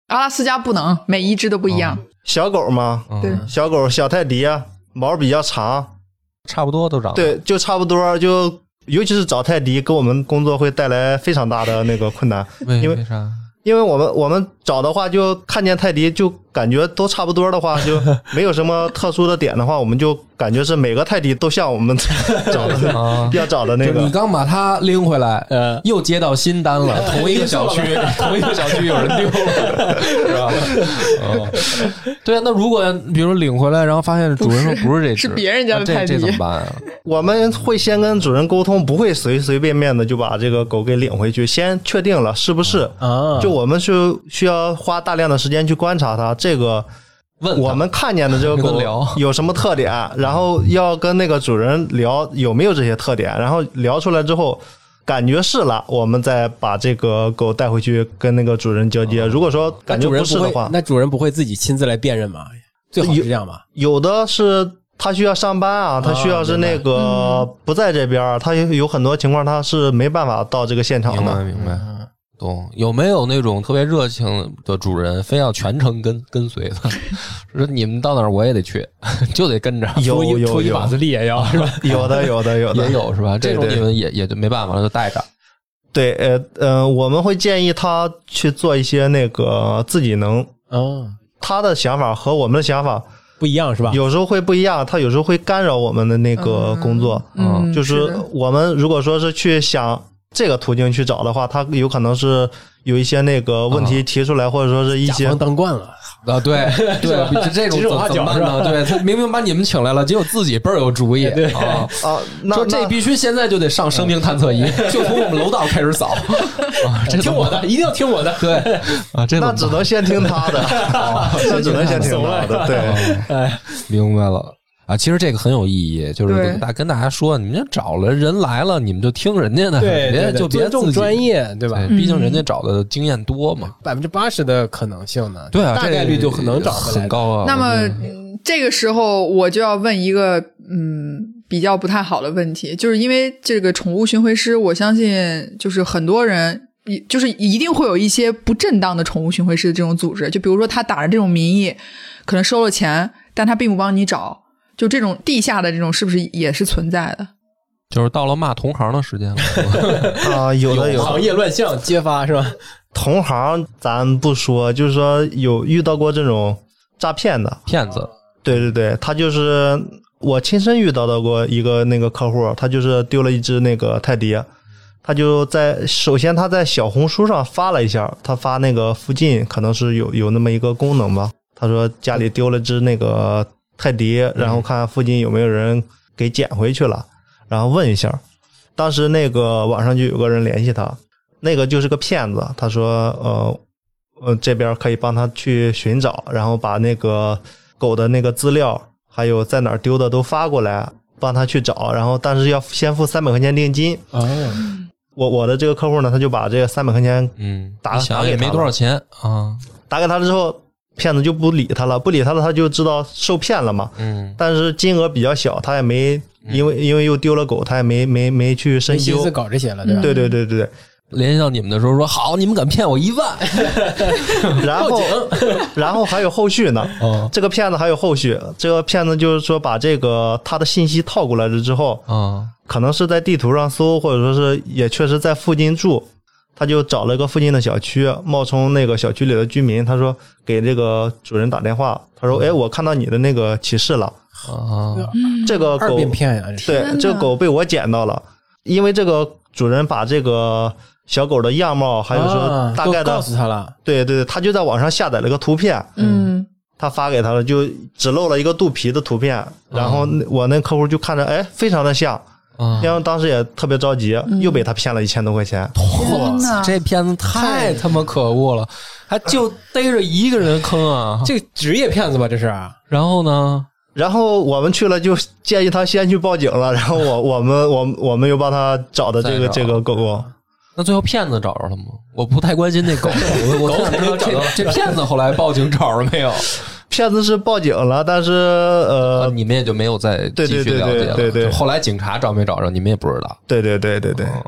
Speaker 3: 阿拉斯加啊不能，每一只都不一样。
Speaker 4: 小狗嘛，
Speaker 2: 嗯，
Speaker 3: 对
Speaker 4: 小狗小泰迪啊，毛比较长，
Speaker 2: 差不多都长。，
Speaker 4: 对，就差不多就。尤其是找泰迪，给我们工作会带来非常大的那个困难，
Speaker 2: 为
Speaker 4: 因为
Speaker 2: 为啥？
Speaker 4: 因为我们我们找的话，就看见泰迪就感觉都差不多的话，就没有什么特殊的点的话，我们就感觉是每个泰迪都像我们 找的
Speaker 2: 啊，
Speaker 4: 要找的那
Speaker 2: 就
Speaker 4: 个
Speaker 2: 你。刚把它拎回来，
Speaker 1: 呃，
Speaker 2: 又接到新单了，同一个小区， 同一个小区有人丢了，是吧？嗯，对啊，那如果比如领回来，然后发现主人说不是这只，
Speaker 3: 是别人家的
Speaker 2: 啊这
Speaker 3: 泰迪
Speaker 2: 这怎么办啊？
Speaker 4: 我们会先跟主人沟通，不会随随便便的就把这个狗给领回去，先确定了是不是。
Speaker 1: 啊，
Speaker 4: 就我们是需要花大量的时间去观察它，这个
Speaker 2: 问他
Speaker 4: 我们看见的这个
Speaker 2: 跟他
Speaker 4: 狗
Speaker 2: 聊
Speaker 4: 有什么特点，然后要跟那个主人聊有没有这些特点，然后聊出来之后。感觉是了，我们再把这个狗带回去跟那个主人交接。如果说
Speaker 1: 那
Speaker 4: 感觉
Speaker 1: 主人
Speaker 4: 不是
Speaker 1: 会
Speaker 4: 的话，
Speaker 1: 那主人不会自己亲自来辨认吗？最好是这样吧。
Speaker 4: 有的是他需要上班啊，他需要是那个不在这边儿，他有有很多情况他是没办法到这个现场
Speaker 2: 明白
Speaker 4: 的。
Speaker 2: 明白，懂。有没有那种特别热情的主人，非要全程跟跟随的？ 说你们到哪儿我也得去， 就得跟着。
Speaker 1: 出
Speaker 4: 有
Speaker 1: 一
Speaker 4: 有
Speaker 1: 出一
Speaker 4: 有
Speaker 1: 马 自力也要是吧？
Speaker 4: 有的有的有的
Speaker 2: 也有是吧？这种
Speaker 4: 对
Speaker 2: 你们也也就没办法了，就带着。
Speaker 4: 对呃呃，我们会建议他去做一些那个自己能
Speaker 1: 嗯，
Speaker 4: 他的想法和我们的想法
Speaker 1: 不一样是吧？
Speaker 4: 有时候会不一样，他有时候会干扰我们的那个工作。
Speaker 3: 嗯，
Speaker 4: 就是是
Speaker 3: 的
Speaker 4: 我们如果说是去想这个途径去找的话，他有可能是有一些那个问题提出来，或者说是一
Speaker 1: 甲
Speaker 4: 些
Speaker 1: 方当惯了，
Speaker 2: 啊，对对，这这种
Speaker 1: 指手画
Speaker 2: 怎怎么
Speaker 1: 脚
Speaker 2: 办呢？对他明明把你们请来了，结果自己倍儿有主意 啊。
Speaker 4: 啊，那
Speaker 2: 说
Speaker 4: 那
Speaker 2: 这必须现在就得上生命探测仪， 就从我们楼道开始扫 啊！这
Speaker 1: 听我的，一定要听我的。
Speaker 2: 对啊，这怎么
Speaker 4: 那
Speaker 2: 办
Speaker 4: 只能先听他的， 那只能先听他 的。对，
Speaker 2: 明白了啊，其实这个很有意义，就是
Speaker 3: 对
Speaker 2: 跟大跟大家说，你们这找了人来了，你们就听人家的，
Speaker 1: 对，对
Speaker 2: 别
Speaker 1: 对
Speaker 2: 就别
Speaker 1: 尊重
Speaker 2: 自己
Speaker 1: 专，业，对吧？嗯
Speaker 2: 对，毕竟人家找的经验多嘛。
Speaker 1: 百分之八十的可能性呢？
Speaker 2: 对啊，
Speaker 1: 大
Speaker 2: 这
Speaker 1: 概率就很能找回来
Speaker 2: 很。高啊。
Speaker 3: 那么
Speaker 2: 我觉得
Speaker 3: 嗯这个时候我就要问一个嗯比较不太好的问题，就是因为这个宠物巡回师，我相信就是很多人。一就是一定会有一些不正当的宠物巡回师的这种组织，就比如说他打着这种名义，可能收了钱，但他并不帮你找。就这种地下的这种是不是也是存在的？
Speaker 2: 就是到了骂同行的时 间了。
Speaker 4: 啊，有的有的
Speaker 1: 行业乱象揭发是吧？
Speaker 4: 同行咱不说，就是说有遇到过这种诈骗的，
Speaker 2: 骗子，
Speaker 4: 对对对，他就是我亲身遇到的过一个那个客户，他就是丢了一只那个泰迪，啊他就在首先他在小红书上发了一下，他发那个附近可能是有有那么一个功能吧，他说家里丢了只那个泰迪，然后看附近有没有人给捡回去了，然后问一下，当时那个网上就有个人联系他，那个就是个骗子，他说呃。呃，这边可以帮他去寻找，然后把那个狗的那个资料，还有在哪儿丢的都发过来，帮他去找。然后，但是要先付三百块钱定金。
Speaker 1: 哦，
Speaker 4: 我我的这个客户呢，他就把这个三百块钱
Speaker 2: 嗯，
Speaker 4: 打
Speaker 2: 你想
Speaker 4: 打给
Speaker 2: 也
Speaker 4: 他
Speaker 2: 没
Speaker 4: 吧
Speaker 2: 多少钱啊，
Speaker 4: 打给他了之后，骗子就不理他了，不理他了，他就知道受骗了嘛。
Speaker 2: 嗯，
Speaker 4: 但是金额比较小，他也没因为因为又丢了狗，他也没没没去深
Speaker 1: 嗯没心
Speaker 4: 究
Speaker 1: 思。搞这些了，对吧？
Speaker 4: 对对对 对对。
Speaker 2: 联系到你们的时候说好，你们敢骗我一万，
Speaker 4: 然后 然后还有后续呢。
Speaker 2: 哦
Speaker 4: 这个骗子还有后续，这个骗子就是说把这个他的信息套过来了之后，
Speaker 2: 啊，
Speaker 4: 可能是在地图上搜，或者说是也确实在附近住，他就找了一个附近的小区，冒充那个小区里的居民，他说给这个主人打电话，他
Speaker 1: 嗯
Speaker 4: 说：“哎，我看到你的那个提示了，
Speaker 2: 啊，
Speaker 4: 这个
Speaker 1: 二
Speaker 4: 狗
Speaker 1: 遍骗呀，这是
Speaker 4: 对
Speaker 3: 天哪
Speaker 4: 这个狗被我捡到
Speaker 1: 嗯
Speaker 4: 了，因为这个主人把这个小狗的样貌，还有说
Speaker 1: 啊
Speaker 4: 大概
Speaker 1: 都
Speaker 4: 的，
Speaker 1: 告诉他了，
Speaker 4: 对对对，他就在网上下载了个图片，
Speaker 3: 嗯，
Speaker 4: 他发给他了，就只露了一个肚皮的图片，然后那我那客户就看着，哎，非常的像。”
Speaker 2: 啊
Speaker 4: 因为当时也特别着急，又被他骗了一千多块钱。
Speaker 3: 天哪！
Speaker 2: 这骗子太他妈可恶了，还就逮着一个人坑啊！
Speaker 1: 这个职业骗子吧，这是啊
Speaker 2: 然后呢，
Speaker 4: 然后我们去了，就建议他先去报警了。 然后我我们我们我们又帮他找的这
Speaker 2: 再
Speaker 4: 个
Speaker 2: 找
Speaker 4: 这个狗狗，
Speaker 2: 那最后骗子找着了吗？我不太关心 那狗，我我特想知道这这骗子后来报警找着没有？
Speaker 4: 骗子是报警了，但是
Speaker 2: 呃，
Speaker 4: 呃，
Speaker 2: 你们也就没有再继续了解了。
Speaker 4: 对对对对对对
Speaker 2: 就后来警察找没找着，你们也不知道。
Speaker 4: 对对对对对，
Speaker 2: 嗯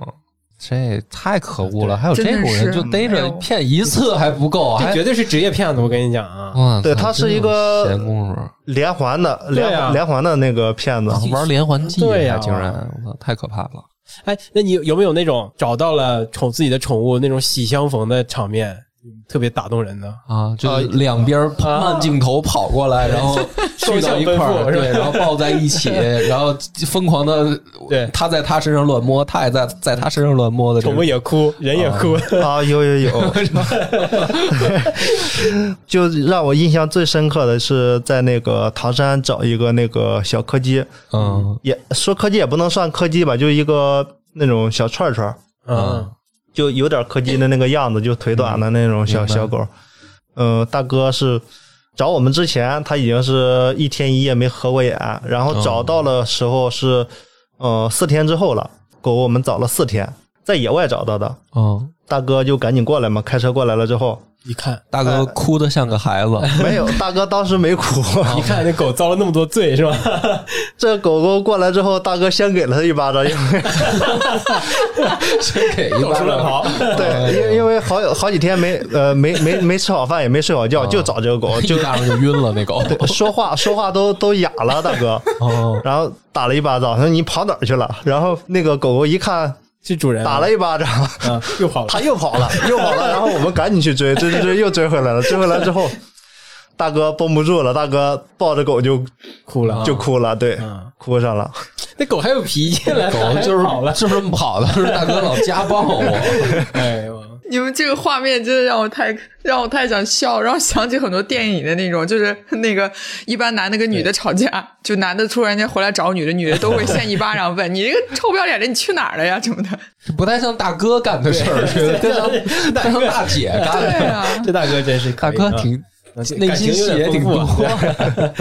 Speaker 2: 这太可恶了！还有这种
Speaker 3: 真
Speaker 2: 人，
Speaker 3: 的是
Speaker 2: 就逮
Speaker 3: 哎
Speaker 2: 着
Speaker 3: 呦
Speaker 2: 骗一次还不够，
Speaker 1: 这
Speaker 2: 还
Speaker 1: 哦绝对是职业骗子，我跟你讲啊，
Speaker 2: 哇塞！
Speaker 4: 对他是一个
Speaker 2: 真有闲工夫，
Speaker 4: 连环的连
Speaker 1: 对啊
Speaker 4: 连环的那个骗子，
Speaker 2: 玩连环计，
Speaker 1: 对呀
Speaker 2: 呀，竟然，我操，太可怕了！
Speaker 1: 哎，那你有没有那种找到了宠自己的宠物那种喜相逢的场面，特别打动人的？
Speaker 2: 啊，就是两边跑
Speaker 4: 啊
Speaker 2: 慢镜头跑过来，然 后
Speaker 1: 双
Speaker 2: 聚
Speaker 1: 向
Speaker 2: 到一
Speaker 1: 奔
Speaker 2: 块
Speaker 1: 赴
Speaker 2: 儿，
Speaker 1: 是吧
Speaker 2: 对，然后抱在一起，然后疯狂的，
Speaker 1: 对
Speaker 2: 他在他身上乱摸，他也在在他身上乱摸的这
Speaker 1: 宠
Speaker 2: 种，
Speaker 1: 物也哭，人也哭，
Speaker 4: 啊，有有有， 就让我印象最深刻的是在那个唐山找一个那个小柯基，
Speaker 2: 嗯
Speaker 4: 也说柯基也不能算柯基吧，就一个那种小串串，
Speaker 1: 嗯，
Speaker 4: 就有点柯基的那个样子，就腿短的那种小
Speaker 2: 明白
Speaker 4: 小狗。嗯，大哥是找我们之前，他已经是一天一夜没合过眼，然后
Speaker 2: 哦
Speaker 4: 找到了时候是，呃，四天之后了。狗我们找了四天，在野外找到的。
Speaker 2: 嗯，
Speaker 4: 大哥就赶紧过来嘛，开车过来了 之后，
Speaker 1: 一看
Speaker 2: 大哥哭的像个孩子，
Speaker 4: 没有，大哥当时没哭。
Speaker 2: 哦
Speaker 1: 一看那狗遭了那么多罪是吧？
Speaker 4: 这狗狗过来之后，大哥先给了他一巴掌，因为
Speaker 2: 真给一
Speaker 1: 到处
Speaker 2: 巴
Speaker 1: 乱
Speaker 2: 掌，
Speaker 1: 跑，
Speaker 2: 嗯
Speaker 4: 对，因为因为好好几天没呃没没没吃好饭，也没睡好
Speaker 1: 哦
Speaker 4: 觉，就找这个狗，就
Speaker 2: 一巴掌就晕了那狗，
Speaker 4: 说话说话都都哑了，大哥。
Speaker 2: 哦，
Speaker 4: 然后打了一巴掌，说你跑哪儿去了？然后那个狗狗一看
Speaker 1: 是主人
Speaker 4: 打了一巴掌，
Speaker 1: 啊，又跑了
Speaker 4: 它 又跑了，又跑了。然后我们赶紧去追，追追追，又追回来了。追回来之后，大哥绷不住了，大哥抱着狗就
Speaker 1: 哭了，
Speaker 4: 就哭了，对
Speaker 1: 嗯，
Speaker 4: 哭上了。
Speaker 1: 那狗还有脾气了，
Speaker 2: 狗就
Speaker 1: 还跑了
Speaker 2: 是，就是这么跑的， 是大哥老家暴我，
Speaker 1: 哎呦，
Speaker 3: 你们这个画面真的让我太让我太想笑，让我想起很多电影的那种，就是那个一般男的跟女的吵架，就男的突然间回来找女的，女的都会先一巴掌问你这个臭不要脸的，你去哪儿了呀什么的。
Speaker 2: 不太像大哥干的事儿，觉得更像更像大姐干
Speaker 3: 对
Speaker 2: 的。
Speaker 3: 啊，
Speaker 1: 这大哥真是可
Speaker 2: 大
Speaker 1: 以
Speaker 2: 哥
Speaker 1: 啊
Speaker 2: 挺
Speaker 1: 那这
Speaker 2: 内
Speaker 1: 感情
Speaker 2: 心戏
Speaker 1: 有
Speaker 2: 也
Speaker 1: 点
Speaker 2: 挺
Speaker 1: 丰
Speaker 2: 多
Speaker 1: 富啊。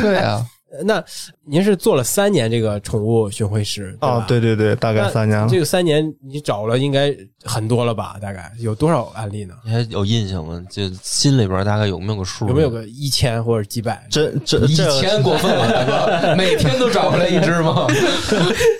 Speaker 2: 对啊，
Speaker 1: 那您是做了三年这个宠物巡回师
Speaker 4: 啊，
Speaker 1: 吧
Speaker 4: 对对对，大概
Speaker 1: 那
Speaker 4: 三年了。
Speaker 1: 这个三年你找了应该很多了吧？大概有多少案例呢？
Speaker 4: 嗯
Speaker 2: 你还有印象吗？就心里边大概有没有个数？
Speaker 1: 有没有个一千或者几百？
Speaker 4: 这这
Speaker 2: 一
Speaker 4: 这
Speaker 2: 千过分了，大哥，每天都找回来一只吗？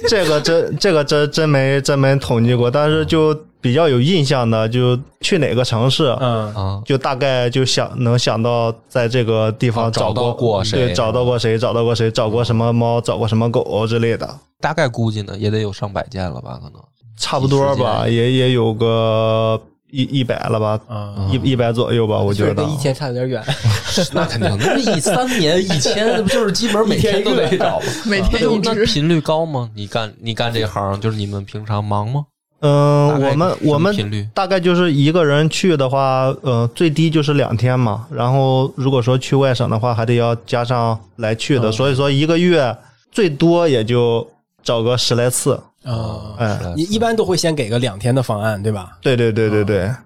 Speaker 4: 这个真这个真真没真没统计过，但是就。比较有印象的，就去哪个城市，
Speaker 1: 嗯，
Speaker 6: 啊，
Speaker 4: 就大概就想能想到在这个地
Speaker 6: 啊
Speaker 4: 方
Speaker 6: 找
Speaker 4: 找
Speaker 6: 到过谁
Speaker 4: 对，找到过谁，找到过谁，找过什么猫，找过什么狗之类的，
Speaker 6: 大概估计呢也得有上百件了吧，可能。
Speaker 4: 差不多吧，
Speaker 6: 一时
Speaker 4: 也也有个一一百了吧，
Speaker 1: 啊，
Speaker 4: 一一百左右吧，我觉得
Speaker 1: 跟一。千差有点 远，
Speaker 6: 那肯定，那一三年一千，那不就是基本每天都得 找吗？
Speaker 3: 每
Speaker 6: 那
Speaker 3: 天
Speaker 6: 就
Speaker 3: 一
Speaker 6: 那
Speaker 3: 只，
Speaker 6: 频率高吗？你干你干这行，就是你们平常忙吗？
Speaker 4: 嗯
Speaker 6: 大，概
Speaker 4: 我们
Speaker 6: 什么
Speaker 4: 我们
Speaker 6: 频率
Speaker 4: 大概就是一个人去的话，呃，最低就是两天嘛。然后如果说去外省的话，还得要加上来去的，
Speaker 1: 嗯
Speaker 4: 所以说一个月最多也就找个十来次。
Speaker 1: 啊，
Speaker 4: 哎
Speaker 6: 是的
Speaker 1: 你一般都会先给个两天的方案，对吧？
Speaker 4: 对对对对对，
Speaker 6: 嗯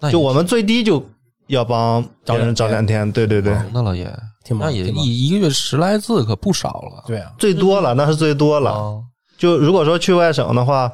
Speaker 6: 那也
Speaker 4: 就我们最低就要帮别人
Speaker 1: 找
Speaker 4: 找
Speaker 1: 两
Speaker 4: 两天。对对对，
Speaker 6: 忙的了也，
Speaker 1: 挺忙
Speaker 6: 那也
Speaker 1: 挺忙
Speaker 6: 一一个月十来字可不少了。
Speaker 1: 对啊，
Speaker 4: 最多了，那是最多了。
Speaker 6: 啊，
Speaker 4: 就如果说去外省的话，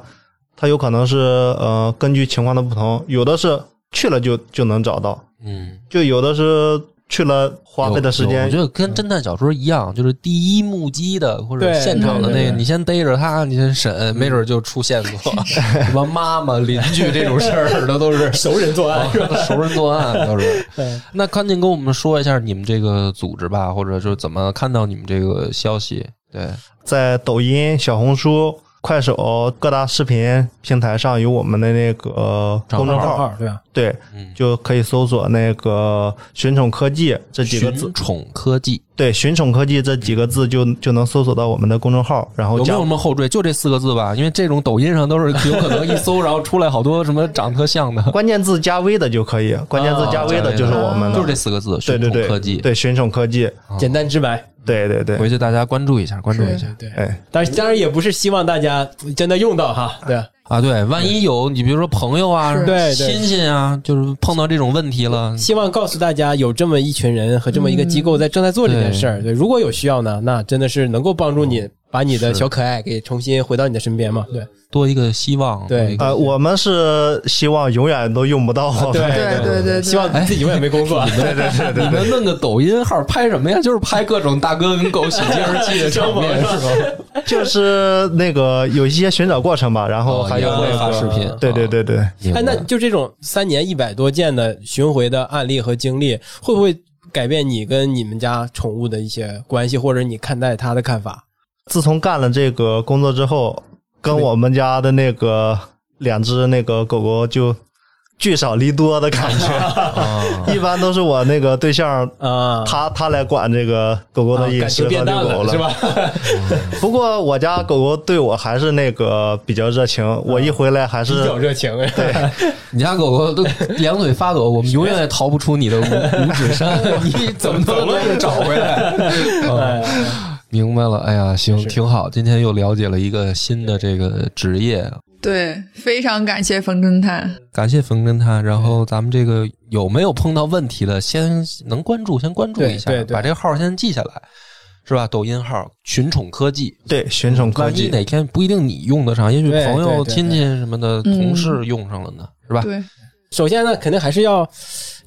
Speaker 4: 他有可能是呃根据情况的不同，有的是去了就就能找到，
Speaker 6: 嗯，
Speaker 4: 就有的是去了花费的时
Speaker 6: 有有
Speaker 4: 间
Speaker 6: 我觉得跟侦探小说一样，就是第一目击的或者
Speaker 1: 嗯对
Speaker 6: 现场
Speaker 1: 对
Speaker 6: 的那
Speaker 1: 对
Speaker 6: 个，
Speaker 1: 对嗯
Speaker 6: 你先逮着他，你先审，没准就出线索。什么妈妈、邻居这种事儿，那都是
Speaker 1: 熟人作案是吧？
Speaker 6: 熟人作案，都是。
Speaker 1: 对，
Speaker 6: 那赶紧跟我们说一下你们这个组织吧，或者就是怎么看到你们这个消息？对，
Speaker 4: 在抖音、小红书、快手各大视频平台上有我们的那个呃
Speaker 6: 账号
Speaker 4: 公众
Speaker 1: 账
Speaker 4: 号，
Speaker 1: 号对吧？啊
Speaker 4: 对，
Speaker 6: 嗯，
Speaker 4: 就可以搜索那个“寻宠科技”这几个字
Speaker 6: 寻，宠科技
Speaker 4: 对，“寻宠科技”这几个字就就能搜索到我们的公众号，然后
Speaker 6: 有没
Speaker 4: 加
Speaker 6: 有什么后缀？就这四个字吧，因为这种抖音上都是有可能一 搜，然后出来好多什么长特像的，
Speaker 4: 关键字加 V 的就可以，关键字
Speaker 6: 啊
Speaker 4: 加 V 的就是我们的，
Speaker 6: 就是这四个字，
Speaker 4: 嗯对
Speaker 6: 寻
Speaker 4: 对
Speaker 6: 宠
Speaker 4: 对，
Speaker 6: 科技。
Speaker 4: 对寻宠科技，
Speaker 1: 简单直白，
Speaker 4: 对对对
Speaker 6: 回，去大家关注一下，关注一下
Speaker 1: 对对。
Speaker 4: 哎，
Speaker 1: 但是当然也不是希望大家真的用到哈，对
Speaker 6: 啊！对，万一有你，比如说朋友啊
Speaker 3: 是、
Speaker 1: 对对，
Speaker 6: 亲戚啊，就是碰到这种问题了，
Speaker 1: 希望告诉大家有这么一群人和这么一个机构在正在做这件事儿。对，如果有需要呢，那真的是能够帮助你把你的小可爱给重新回到你的身边嘛？对
Speaker 6: 多一个希望。
Speaker 1: 对
Speaker 6: 多一个
Speaker 4: 呃，我们是希望永远都用不到，
Speaker 1: 啊
Speaker 3: 对对对，
Speaker 1: 希望自己永远没工作。对对对
Speaker 6: 你们弄个抖音号拍什么呀？就是拍各种大哥跟狗喜极而泣的场面，是吧？
Speaker 4: 就是那个有一些寻找过程吧，然后
Speaker 6: 哦
Speaker 4: 还有
Speaker 6: 也会
Speaker 4: 那个
Speaker 6: 发视频啊
Speaker 4: 对对对对，
Speaker 1: 哎，那就这种三年一百多件的巡回的案例和经历，会不会改变你跟你们家宠物的一些关系，或者你看待它的看法？
Speaker 4: 自从干了这个工作之后，跟我们家的那个两只那个狗狗就聚少离多的感觉，
Speaker 6: 啊，
Speaker 4: 一般都是我那个对象。
Speaker 1: 啊，
Speaker 4: 他他来管这个狗狗的
Speaker 1: 啊
Speaker 4: 饮
Speaker 1: 感
Speaker 4: 食
Speaker 1: 情
Speaker 4: 和
Speaker 1: 变
Speaker 4: 遛
Speaker 1: 淡
Speaker 4: 狗
Speaker 1: 了是吧？
Speaker 4: 不过我家狗狗对我还是那个比较热情，我一回来还
Speaker 1: 比较
Speaker 4: 是
Speaker 1: 热情，
Speaker 6: 你家狗狗都两腿发抖，我们永远也逃不 出你的五五指山， 你怎么都能找回来。
Speaker 1: 哎
Speaker 6: 明白了，哎呀，行，挺好，今天又了解了一个新的这个职业，
Speaker 3: 对，非常感谢冯侦探，
Speaker 6: 感谢冯侦探。然后咱们这个有没有碰到问题的，先能关注，先关注一下
Speaker 1: 对对，对
Speaker 6: 把这个号先记下来，是吧？抖音号“群宠科技”，
Speaker 4: 对寻宠科
Speaker 6: 万一
Speaker 4: 技。
Speaker 6: 哪天不一定你用得上，也许
Speaker 1: 对
Speaker 6: 朋友、
Speaker 1: 对对嗯
Speaker 6: 亲戚什么的、
Speaker 3: 嗯
Speaker 6: 同事用上了呢，是吧？
Speaker 3: 对，
Speaker 1: 首先呢，肯定还是要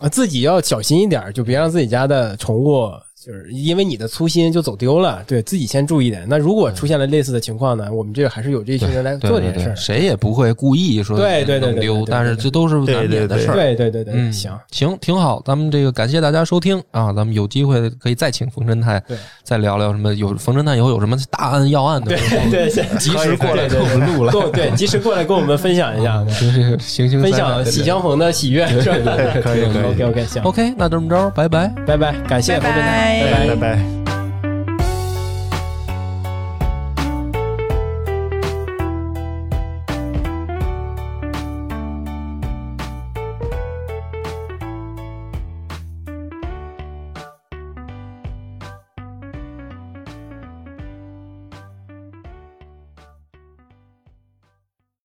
Speaker 1: 呃自己要小心一点儿，就别让自己家的宠物就是因为你的粗心就走丢了。对自己先注意点。那如果出现了类似的情况呢，我们这个还是有这一群人来
Speaker 6: 对
Speaker 1: 做这
Speaker 6: 对
Speaker 1: 件事
Speaker 6: 对，
Speaker 1: 儿。
Speaker 6: 谁也不会故意说
Speaker 1: 对对对对
Speaker 6: 弄
Speaker 1: 对对
Speaker 6: 丢，
Speaker 1: 对
Speaker 6: 但是这都是难免的事儿。
Speaker 1: 对对对对，
Speaker 6: 嗯，
Speaker 1: 行，
Speaker 6: 行，挺好。咱们这个感谢大家收听啊，咱们有机会可以再请冯侦探
Speaker 1: 对
Speaker 6: 再聊聊什么有冯侦探以后有什么大案要案 的
Speaker 1: 对，对，先
Speaker 6: 及时过
Speaker 1: 对
Speaker 6: 来给我
Speaker 1: 对
Speaker 6: 们录了。
Speaker 1: 对对，及时过来跟我们分享一下，
Speaker 6: 行行行行，
Speaker 1: 分享喜相逢的喜悦，是吧
Speaker 4: 对可以可以
Speaker 1: ？OK OK，行，
Speaker 6: OK，那这么着，拜拜。
Speaker 1: 拜拜，感谢
Speaker 3: 拜
Speaker 1: 侯侦探，
Speaker 3: 拜
Speaker 4: 拜拜。